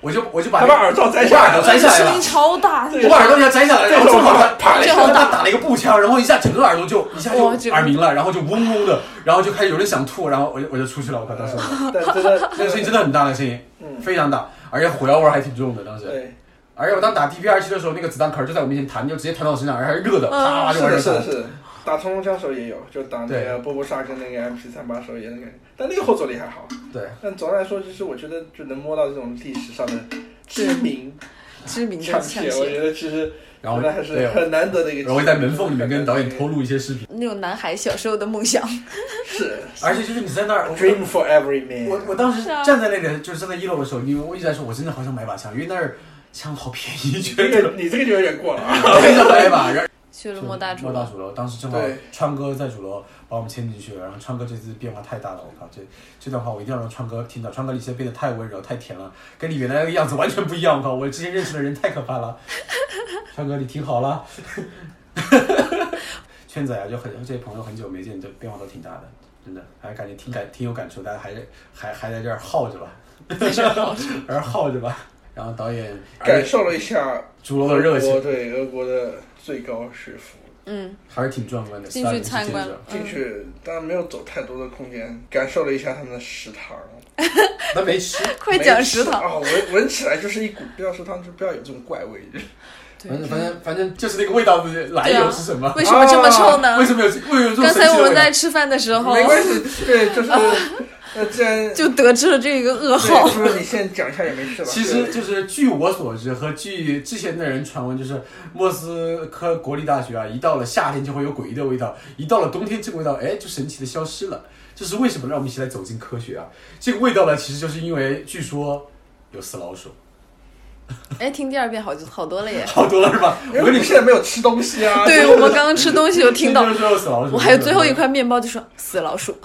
我就我就把
哎他把耳罩摘下
把
来
耳
了
朵，摘下来
声音
了，
超大，
我把耳朵给他摘下来，然后正好他啪一下
正好打
他打了一个步枪，然后一下整个耳朵就一下
哇
就
这
耳鸣了，然后就嗡嗡的，然后就开始有人想吐，然后我就我就出去了，我靠， 当时
但真的
那个声音真的很大，那个声音
哎嗯
非常大，而且火药味儿还挺重的，当时。
对，
而且我当打 DP 二七的时候，那个子弹壳就在我面前弹，就直接弹到我身上，而且还是
嗯
热的，啪
是
就往上
的是的
弹。
是的，打冲锋枪时候也有，就打那个
对
波波沙跟那个 MP 三八时候也能感觉，但那个后坐力还好。
对，
但总的来说，就是我觉得就能摸到这种历史上的知名
知名的
枪
枪
械，我觉
械，
得其实
然后
那还是
对，
很难得的一个。
然后我在门缝里面跟导演偷，录一些视频，
那种男孩小时候的梦想。
是
而且就是你在那儿，我
dream for every
我
man。
我当时
是啊
站在那里，就是站在一楼的时候，你我一直在说，我真的好想买把枪，因为那儿枪好便宜，觉
这
得
个你这个就有点过了啊！
我很想买一把。然后
去了莫大主
莫大主楼，当时正好
对
川哥在主楼把我们牵进去了，然后川哥这次变化太大了，我靠，这这段话我一定要让川哥听到，川哥你现在变得太温柔太甜了，跟你原来那个样子完全不一样，我靠，我之前认识的人太可怕了， 川哥你挺好了。 圈子呀、啊就很这些朋友很久没见，就变化都挺大的，真的，还感觉挺感挺有感触，大家还是还还在这儿耗 着吧， 还是耗着吧。然后导演
感受了一下
主楼的热
俄国
情，
对俄国的最高学府。
嗯，
还是挺壮观的。
进去
12人
参观
见着
进去，
嗯
当然没有走太多的空间，感受了一下他们的食堂。
那没吃，
嗯快讲
没
食
吃
堂。
啊，闻闻起来就是一股不要食堂就不要有这种怪 味。
对
反正反正反正就是那个味道的来
对
由
啊
是什么？
为什么这么臭 呢？
为什么有为什么有这种
刚
神奇
才
的
我
味
们
道
在吃饭的时候
没关系，对， 就是那既然
就得知了这个
对，
噩耗。
是不是你现在讲一下也没事吧？
其实就是据我所知和据之前的人传闻，就是莫斯科国立大学啊，一到了夏天就会有诡异的味道，一到了冬天这个味道哎就神奇的消失了。这是为什么？让我们一起来走进科学啊！这个味道呢，其实就是因为据说有死老鼠，
哎，听第二遍好好多了耶。
好多了是吧？
因为
我
我
跟你
们现
说
在，没有吃东西啊。
对我们刚刚吃东西就听到，
就是有死老鼠。
我还有最后一块面包就说死老鼠。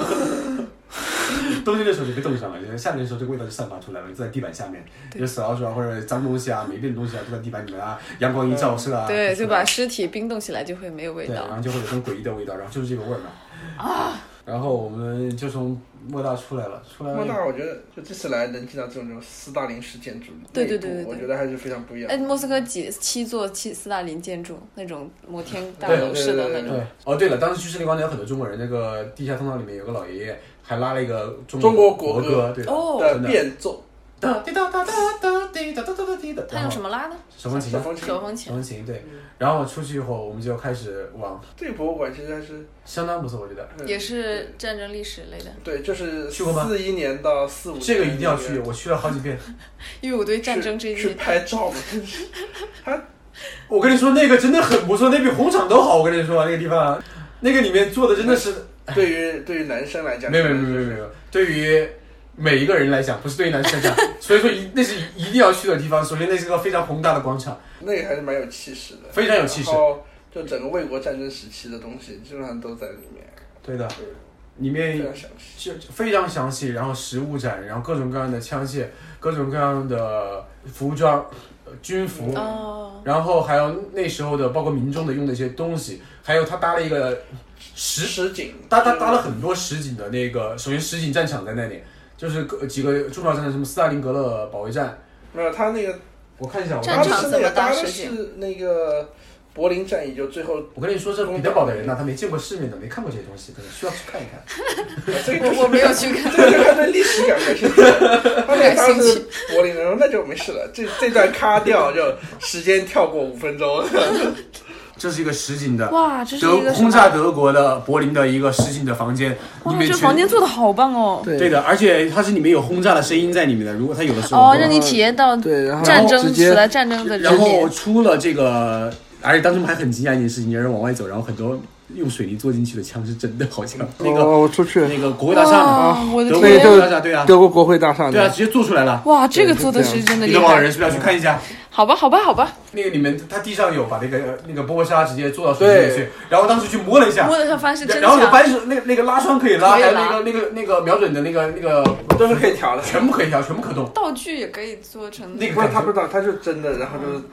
冬天的时候就被冻上了，就是夏天的时候这个味道就散发出来了，就在地板下面，有死老鼠啊或者脏东西啊、霉变的东西啊，就在地板里面啊，阳光一照射啊，
对，就
出来
把尸体冰冻起来就会没有味
对，然
道。
后就会有种诡异的味道，然后就是这个味儿嘛。然后我们就从莫大出来了，出来
莫
了
大，我觉得就这次来能见到这种这种斯大林式建筑，
对对
内部
对对对
我觉得还是非常不一样
哎，。莫斯科几七座七斯大林建筑那种摩天大
对
楼式的
对对
那种
对，
对，哦对了，当时去世界广场有很多中国人，那个地下通道里面有个老爷爷还拉了一个中
中国国
国
歌
对的，
哦
的
真的
变奏，
哒滴哒哒哒哒滴哒哒哒哒滴哒，
它用什么拉的？
手风琴
手
啊？
风琴。
手风
手
琴。
风琴对。然后出去以后，我们就开始往
这个博物馆其实还是
相当不错，我觉得
嗯
也是战争历史类的，
对，就是
去过吗
四一年到四五，
这个一定要去，我去了好几遍。
因为我对战争这
去
一
拍照嘛。它
我跟你说，那个真的很不错，那比红场都好。我跟你说，那个地方，那个里面做的真的是，
对于对于男生来讲，
没有没有没有没有没有，对于每一个人来讲，不是对于男生来讲，所以说一那是一定要去的地方。首先，那是个非常宏大的广场，
那个还是蛮有气势的，
非常有气势
然后就整个卫国战争时期的东西，基本上都在里面，
对的，
对，
里面
非常详细。
就非常详细，然后实物展，然后各种各样的枪械，各种各样的服装、呃军服，
哦，
然后还有那时候的包括民众的用的一些东西，还有他搭了一个实
实景，
搭搭搭了很多实景的那个，首先实景战场在那里，就是各几个重要战场，什么斯大林格勒保卫战，
没有他那个
我看一下，我
战
搭
刚
的
场
是那
怎么
个
搭
搭
实
的
景
是那个柏林战役，就最 后
我跟你说，这彼得堡的人呐、他没见过世面的，没看过这些东西，的，需要去看一看。
这个
我我没有去 看，
这个他对历史感感兴趣，哎他对当时柏林人，那就没事了。这这段咔掉，就时间跳过五 分钟。
这是一个实景的，
哇，这是一
德
个什
轰
么
炸德国的柏林的一个实景的房间，里
哇，
面
这
全
房间做的好棒哦！
对的，而且它是里面有轰炸的声音在里面的。如果它有的时候，
哦，让你体验到
对然后
战
直
争
接
此来战争的
然
直
后
接。
出了这个，而且当时我们还很惊讶一件事情，有人往外走，然后很多用水泥做进去的枪是真的，好像那个
哦，我出去了，
那个国会大厦
哇
嘛，
我的
德国
那
国
个就
会大厦，对啊，
德国国会大厦那
对啊，
个，
直接做出来了。
哇，这个做的
这样
是真的
彼
厉
得堡
害
人。是不是要去看一下？
好吧，好吧，好吧，
那个里面，它地上有把那个那个波沙直接做到水里面去，然后当时去摸了一下，
摸的上发现是真
然后那个
枪，
扳手那那个拉栓可以拉，
可
还
以
有那
拉
个那个那个瞄准的那个那个
都是可 以调的。
全部可以调，全部可动。
道具也可以做成
那个
不是
感觉
他不知道，他就真的，然后就是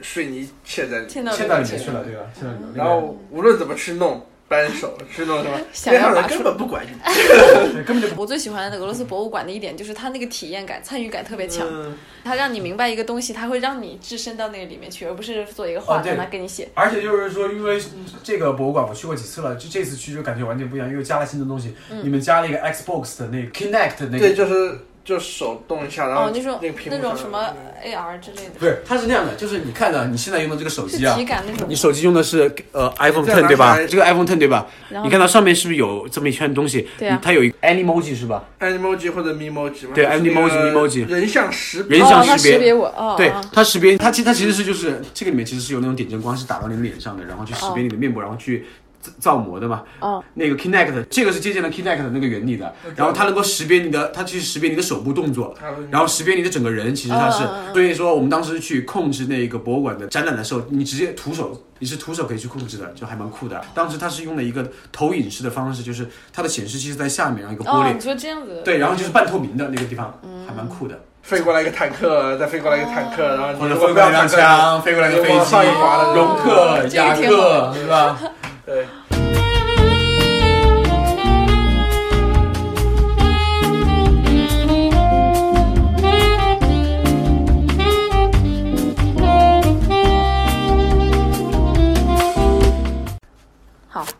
水泥嵌在里面，
嵌到
嵌到里面去了，对吧？嵌到里面。
然后无论怎么去弄，扳手去弄什 么，
想
边
要
上人
拔出
根本不管你。
对根本就
我最喜欢的俄罗斯博物馆的一点就是它那个体验感、参与感特别
嗯
强，
嗯
它让你明白一个东西，它会让你置身到那个里面去，而不是做一个画
哦对
在那给你写。
而且就是说，因为这个博物馆我去过几次了，就这次去就感觉完全不一样，因为加了新的东西。
嗯
你们加了一个 Xbox 的那个 Kinect 的那
对，
个，
就是就手动一下，然后
哦，那种
那个屏幕
那种
上
什么 AR 之类的，
不是，它是那样的，就是你看的，你现在用的这个手
是
机啊
体，感那种
你。手机用的是呃 iPhone
再拿
Ten 对吧
出来？
这个 iPhone Ten 对吧
然？后
你看它上面是不是有这么一圈东西？
对啊
你它有一个 Animoji 是吧？
Animoji 或者 Memoji 嘛，
对
就是那个
Animoji，Memoji
人像识别
人
哦
像，
它
识别
识别我哦，
对
哦
它识别它其它其实是就是这个里面其实是有那种点阵光是打到你的脸上的，然后去识别你的面部，然后去造造模的嘛。
哦，
那个 Kinect 这个是借鉴了 Kinect 的那个原理的，然后它能够识别你的，它去识别你的手部动作
它会，
然后识别你的整个人，其实它是
嗯嗯。
所以说我们当时去控制那个博物馆的展览的时候，你直接徒手，你是徒手可以去控制的，就还蛮酷的。当时它是用了一个投影式的方式，就是它的显示器是在下面，然后一个玻
哦，
璃
你，说这样子，
对，然后就是半透明的那个地方，还蛮酷的。
飞过来一个坦克，再飞过来一个坦克，然后你
哦或者
如果
飞
不
过来
要
一辆
坦克，
枪，飞过来一个飞
往
机
上一滑的，
容克、
这个
雅
挺好
克，是吧？
对。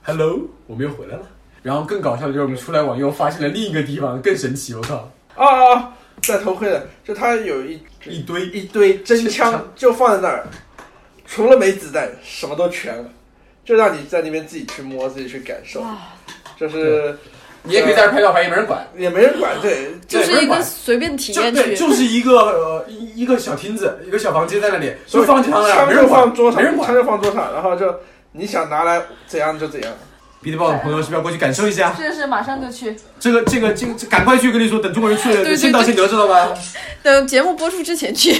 Hello，我们又回来了。然后更搞笑的就是我们出来玩又发现了另一个地方更神奇，我靠，
啊啊！啊戴头盔的，就他有一
一堆
一堆真枪，就放在那儿，除了没子弹，什么都全了，就让你在那边自己去摸，自己去感受，就是
你也可以在这儿拍照，反正也没人管。
也没人管，对，
就
对不
是
是
一个
管
随便体
就
验
对，
区，
就是一个呃一一个小厅子，一个小房间在那里， 就放枪了，
枪
没
就
人管
放桌上，
没人
枪
管。
就放桌上，然后就你想拿来怎样就怎样，
彼得堡的朋友是不是要过去感受一下？
是是，马上就去。
这个这个这个，这赶快去！跟你说，等中国人去
对
了，先到先得，知道吧？
等节目播出之前去。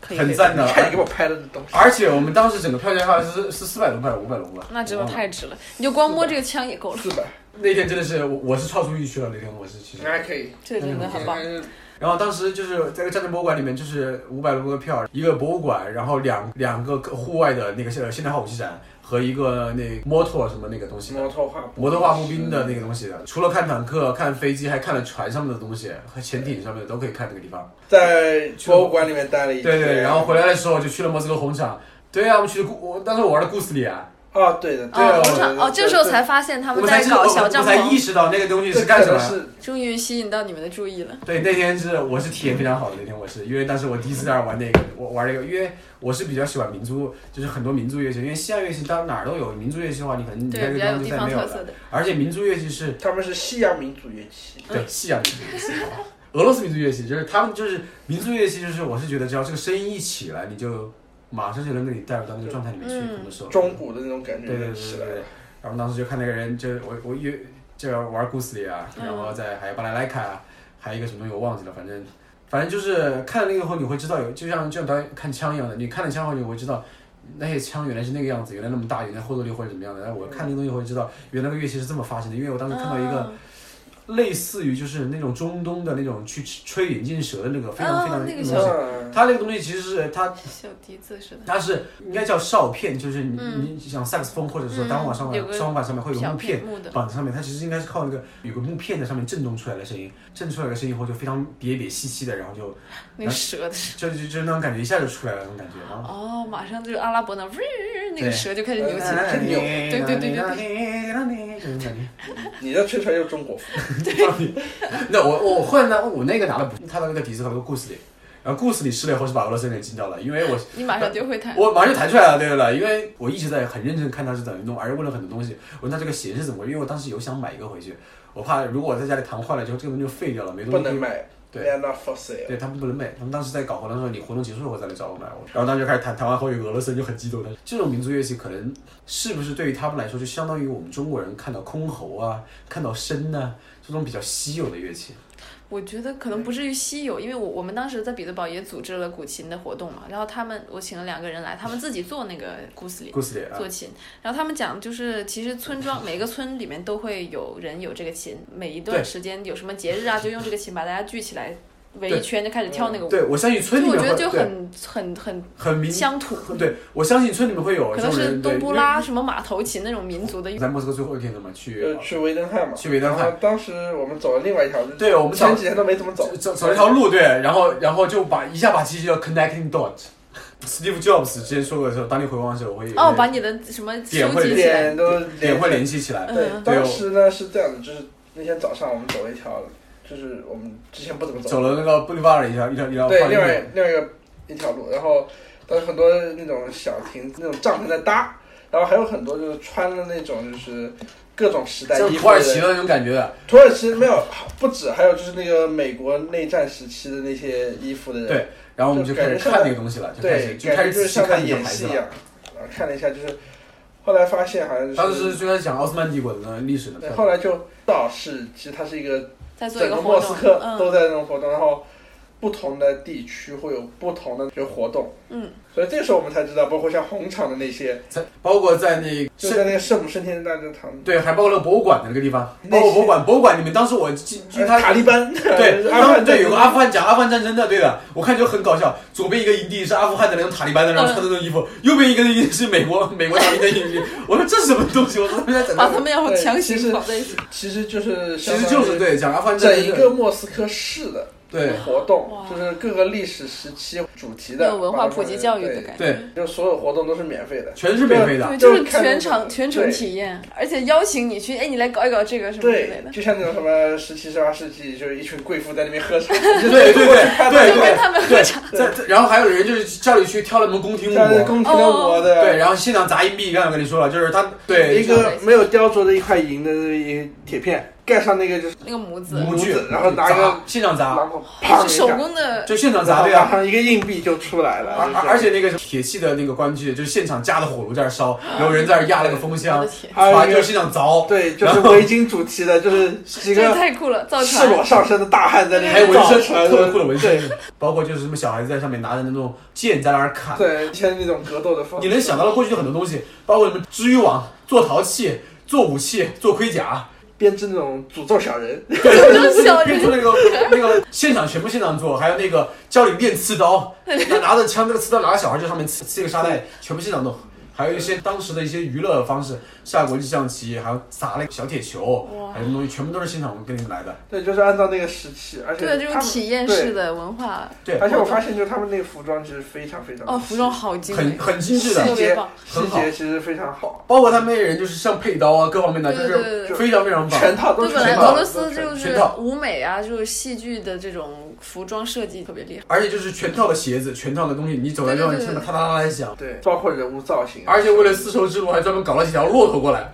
可以可
很
以
赞的。
看你给我拍的这东西。
而且我们当时整个票价好像是是四百多块，五百多块。
那值了，太值了！你就光摸这个枪也够了，
四百，
那天真的是我我是超出预期了，那天我是其实。
还可以，
这真
嗯
的很棒。
然后当时就是在战争博物馆里面，就是五百多个票，一个博物馆，然后两两个户外的那个现现代化武器展和一个那摩托什么那个东西的
摩托化
摩托化步兵的那个东西的。除了看坦克、看飞机，还看了船上面的东西和潜艇上面的都可以看那个地方。
在博物馆里面待了一
对
天，
对，然后回来的时候就去了莫斯科红场。对啊，我们去的故，我当时我玩的故事里啊，
啊，对的，对
对
哦，
的
工厂哦，这时候才发现他
我
们
们才
在
知道，
搞
我
小
我
帐
才意
篷，
识到那个东西
这
是干
可
什么的。
能是
终于吸引到你们的注意了。
对，那天是我是体验非常好的那天，我是因为当时我第一次在那儿玩那个，我玩那个，因为我是比较喜欢民族，就是很多民族乐器，因为西洋乐器到哪儿都有，民族乐器的话，你可能你在
对，
这
比
个
较有
地
地
方
方
就再没
特
有
色
了。
的。
而且民族乐器是
他们是西洋民族乐器，
嗯
对西洋民族乐器， 俄罗斯民族乐器就是他们就是民族乐器，就是我是觉得只要这个声音一起来，你就马上就能给你带入到那个状态里面去，
嗯
很多时候
中古的那种感
对对
觉
对
起
对
来
对
了。。
然后当时就看那个人，就我我约就要玩故事里啊，然后在还有巴拉莱卡，还有一个什么东西我忘记了，反正反正就是看了那个后你会知道有，就像就像导演看枪一样的，你看了枪后你会知道。那些枪原来是那个样子，原来那么大，原来后坐力或者怎么样的。然后我看那个东西，我会知道原来那个乐器是这么发生的。因为我当时看到一个
啊
类似于就是那种中东的那种去吹眼镜蛇的那个非常非常
哦那个
东西
对小，
嗯，
它那个东西其实是它
小笛子似的，
它是应该叫哨片，就是你、你想萨克斯风或者说单簧管上
嗯有
面、
个
双簧管上面会有
小
木片
片木的
绑在上面，它其实应该是靠那个有个木片在上面震动出来的声音，震出来的声音后就非常瘪瘪细细的，然后就
那个蛇的声
就就就那种感觉一下就出来了那种感觉。然
音。
后
哦，马上就是阿拉伯那，那个
对
蛇就开始扭起来。
哎扭
对对对
对，
对
这种感觉。
你的宣传又中国风，
那我我换那我那个拿的不，他的那个笛子和那个故事里，然后故事里失了以后是把俄罗斯人给惊到了，因为我
你马上就会弹。
我马上就弹出来了，对不对？因为我一直在很认真看他是怎么弄，而且问了很多东西，问他这个弦是怎么回事，因为我当时有想买一个回去，我怕如果我在家里弹坏了之后，这个东西就废掉了，没东
不
西。
能。卖
对
，They are not for sale。
对他们不能买，他们当时在搞活动的时候，你活动结束以后再来找我买，我然后当时就开始弹，弹完后有个俄罗斯人就很激动，他说这种民族乐器可能是不是对于他们来说，就相当于我们中国人看到箜篌啊，看到笙啊这种比较稀有的乐器。
我觉得可能不至于稀有，因为我我们当时在彼得堡也组织了古琴的活动嘛，然后他们我请了两个人来，他们自己做那个古斯里
故事里啊
做，琴，然后他们讲就是其实村庄每个村里面都会有人有这个琴，每一段
对
时间有什么节日啊，就用这个琴把大家聚起来围一
对
圈就开始跳那个舞，
对我相信村
就
里
我
面
觉得
会
就
对
很很很
很民，
乡土，
对我相信村里面会有
可
这
能
种
是
人，对
东布
因为
拉什么马头琴那种民族的乐。
在莫斯科最后一天怎么去？
就去维登汉嘛，
去维登汉
然后当时我们走了另外一条路，
对我们走
前几天都没怎么走
走，走走了一条路，对，然后然后就把一下把机器叫 connecting dot。Steve Jobs 之前说过的时候，当你回望的时候，我会有
哦，
点
把你的什么
点
收
会
集起来
脸，都
点会联
连。
系起
嗯
来。
呃对，
对
当
我
时呢是这样的，就是那天早上我们走了一条，就是我们之前不怎么
走了那个布里巴尔一条一条一条
对，
花
另外
路
另外一个一条路，然后当时很多那种小亭那种帐篷在搭，然后还有很多就是穿了那种就是各种时代
像
衣
土
服
耳
的
其
人，
的那种感觉的。
土耳其没有不止，还有就是那个美国内战时期的那些衣服的人，
对，然后我们就开始看那个东西了，就开
对，
始就开
感
始
觉
仔
就是
细
像在
看那个
演
牌
戏
子
一
了。
样，啊，看了一下就是，后来发现好像就是
当时就在讲奥斯曼帝国的历史的
对，，后来就到是其实它是一个
再做一
整
个
个
活
莫
动
斯科，
嗯
都在那种活动，然后不同的地区会有不同的就活动，
嗯，
所以这个时候我们才知道，包括像红场的那些，
在包括在那
就
圣
在那个圣母升天大教堂，
对，还包括那个博物馆的那个地方，
那
包括
些
博物馆，博物馆里面当时我记据
呃
他
塔利班，
对，
阿
阿富
富汗嗯
汗对有个阿
富
富汗讲阿富汗战争的，对的，我看就很搞笑。左边一个营地是阿富汗的那种塔利班的，然后穿那种衣服；右边一个营地是美国 美国塔利班营地。我说这是什么东西？我说他们在整
把
个
他们要
对
强
其
行
实
绑在一起，
其实就是
其实就是
相当于
对讲阿富汗战
整
争
一
的
个莫斯科市的
对
活动
哇，
就是各个历史时期主题
那
的
种文化普及教育的
觉
感觉。
对，
就所有活动都是免费的。
全是免费的
对，。就是
就是看
全
那
场
个
全程
对
体验，而且邀请你去，哎，你来搞一搞这个什么之类
对
的，，
就像那种什么十七、十八世纪，就是一群贵妇在那边喝 茶，
对对对对
就跟他
对
们喝茶。
对，在然后还有人就是叫你去跳了门宫廷舞，
像宫廷
哦
的啊舞的，
对，然后现场砸硬币。刚才我跟你说了，就是他对
一个没有雕琢的一块银的一铁片，盖上那个就是
那个模子
模具
模子，然后拿
砸
个
现场
然
砸，
后砰
是
一
手
下，
工的，
就现场
然
砸
后
啊对啊
马。上一个硬币就出来了，
而
就是
啊而而且那个铁器的那个关具，就是现场架着火炉在那儿烧，然后人在那儿压了个风
啊我
箱
的，天，
还
把
有一
就
个
是现场凿，
对，就是
然后
围巾主题的，就是几
这个
个
太酷了，造
赤裸
船。
上身的大汉在那
还有
里
纹
造
身，
船，
特别酷的纹
对
身，包括就是什么小孩子在上面拿着那种剑在那儿砍，
对，以前那种格斗的风，
你能想到的过去的很多东西，包括什么织渔网、做陶器、做武器、做盔甲，
编织那种诅咒小人，
就是小
变
人
出 那个那个现场全部现场做，还有那个教你练刺刀，拿拿着枪那个刺刀拿个小孩在上面刺刺一个沙袋，全部现场弄。还有一些当时的一些娱乐方式，下国际象棋，还有撒那个小铁球，还有什么东西，全部都是现场跟你们来的。
对，就是按照那个时期，而且
对，这
他们
种体验式。的文化，
对
对，而且我发现，就是他们那个服装其实非常非常
哦，服装好精美
很，很精致的
细
特，别
节
棒
很
细
好
节其实非常好，
包括他们那些人就是像配刀啊各方面的，
对
就
对对
是
对
非常非常棒。
全套都
对，
是
本来
全套
俄罗斯就
全
是
套
舞美啊，就是戏剧的这种服装设计特别厉害。
而且就是全套的鞋子，全套的东西，你走在路上，
对对
你听
对
到哒哒哒哒响。
对，包括人物造型，啊
而且为了丝绸之路，还专门搞了几条骆驼过来，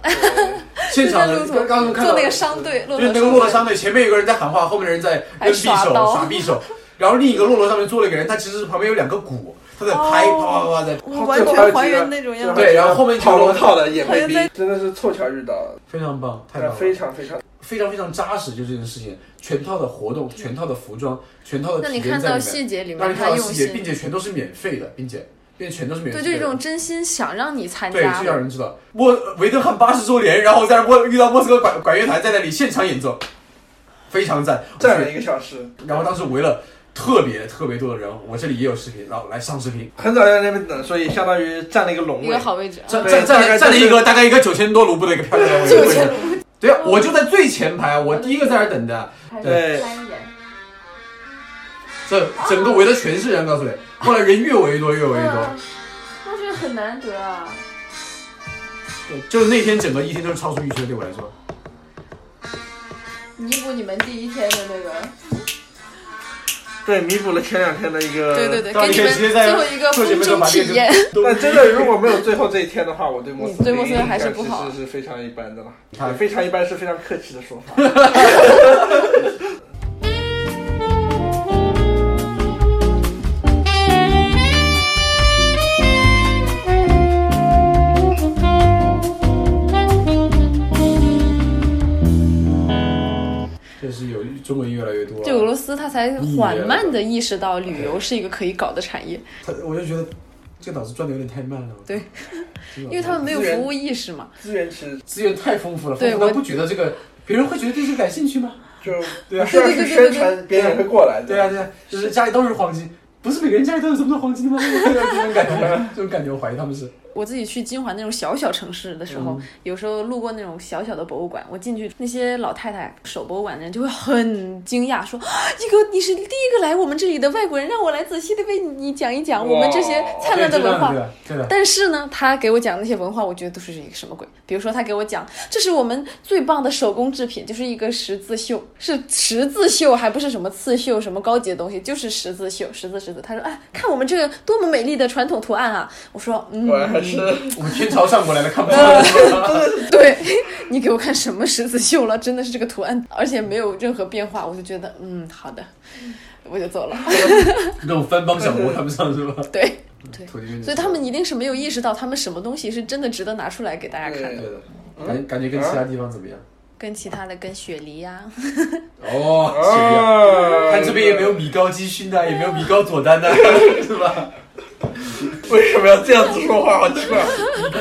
现
就
场
在
的
路
刚刚
头
能看到
做那个商队，
就
骆
是
驼
那个骆驼
商
商队，前面有个人在喊话，后面的人在
还
扔匕
耍
首、
刀
耍匕首，然后另一个骆驼上面坐了一个人，他其实旁边有两个鼓，他在拍，
哦
啪啪啪啪 在，
他
我完
最后还
全
有几个
还原那种样子。
对然后后面就
跑龙套的也没
还有
逼，真的是凑巧遇到了，
非常棒，太棒
但
了，
非常非常
非常非常扎实，就这件事情，全套的活动，全套的服装，全套的
那
体
你
验在
看
里面
到细节里
让
面
你看到
他用
细节，并
心，
且全都是免费的，并且并且全都是免费
对，
的，
就是这种真心想让你参
对，
加
就让
的。
人知道莫维特汉八十周年，然后在莫遇到莫斯科管管乐团在那里现场演奏，非常赞，
站了一个小时，
然后当时围了特别特别多的人，我这里也有视频，然后来上视频，
很早就在那边等，所以相当于占了一个龙
一
位
个。好位置，
站
对
站
大概
站站了
就是
一个大概一个九千多卢布的一个漂亮的位置，对啊，我就在最前排，我第一个在那儿等的，
对，
这整个围的全是人，告诉你，后来人越围越多，越围越多，
那是很难得啊。嗯
对就是那天整个一天都是超出预期的，对我来说，
弥补你们第一天的那个，
对，弥补了前两天的一个。
对对对，
到
给
底
你
可以呃直接
们
在
最后一个
做节
空
目的时候
中
把这个
体验。
但真的，如果没有最后这一天的话，我对莫斯科
你对莫斯
的印
科
象
还是不好
其实是非常一般的了。
看
非常一般是非常客气的 说法。
确实有中国人越来越多了，啊
就俄罗斯，他才缓慢的意识到旅游是一个可以搞的产业，
他我就觉得这个导师赚的有点太慢了，
对
真的，
因为他们没有服务意识嘛。
资源其实
资源太丰富了，丰
对
富到
我
不觉得这个别人会觉得对这个感兴趣吗？
就
对啊
需要去宣传，
对对对对对
别人也会过来。
对啊，对啊，就是家里都是黄金，不是每个人家里都有这么多黄金 吗？这种感觉，这种感觉，我怀疑他们是。
我自己去金华那种小小城市的时候，有时候路过那种小小的博物馆，我进去，那些老太太守博物馆的人就会很惊讶，说：“啊一个你是第一个来我们这里的外国人，让我来仔细的为你讲一讲我们这些
哇
灿烂的文化。”
对啊对啊对啊，
但是呢，他给我讲那些文化，我觉得都是一个什么鬼？比如说，他给我讲，这是我们最棒的手工制品，就是一个十字绣，是十字绣，还不是什么刺绣，什么高级的东西，就是十字绣，十字十字。他说，哎，看我们这个多么美丽的传统图案啊！我说，嗯，
果然还是
我们天朝上过来的看不到。
对 你给我看什么十字绣了？真的是这个图案，啊而且没有任何变化，我就觉得，嗯，好的，我就走 了。
那种翻帮小魔他们上是吧？
对，对
土地面积
所以他们一定是没有意识到，他们什么东西是真的值得拿出来给大家看
对
的，
的，感感觉跟其他地方怎么样？
跟其他的，跟雪梨呀、
哦，是一样。
啊，
看这边也没有米高基勋
哦
的，也没有米高佐丹的， 是吧？
为什么要这样子说话，好奇 怪。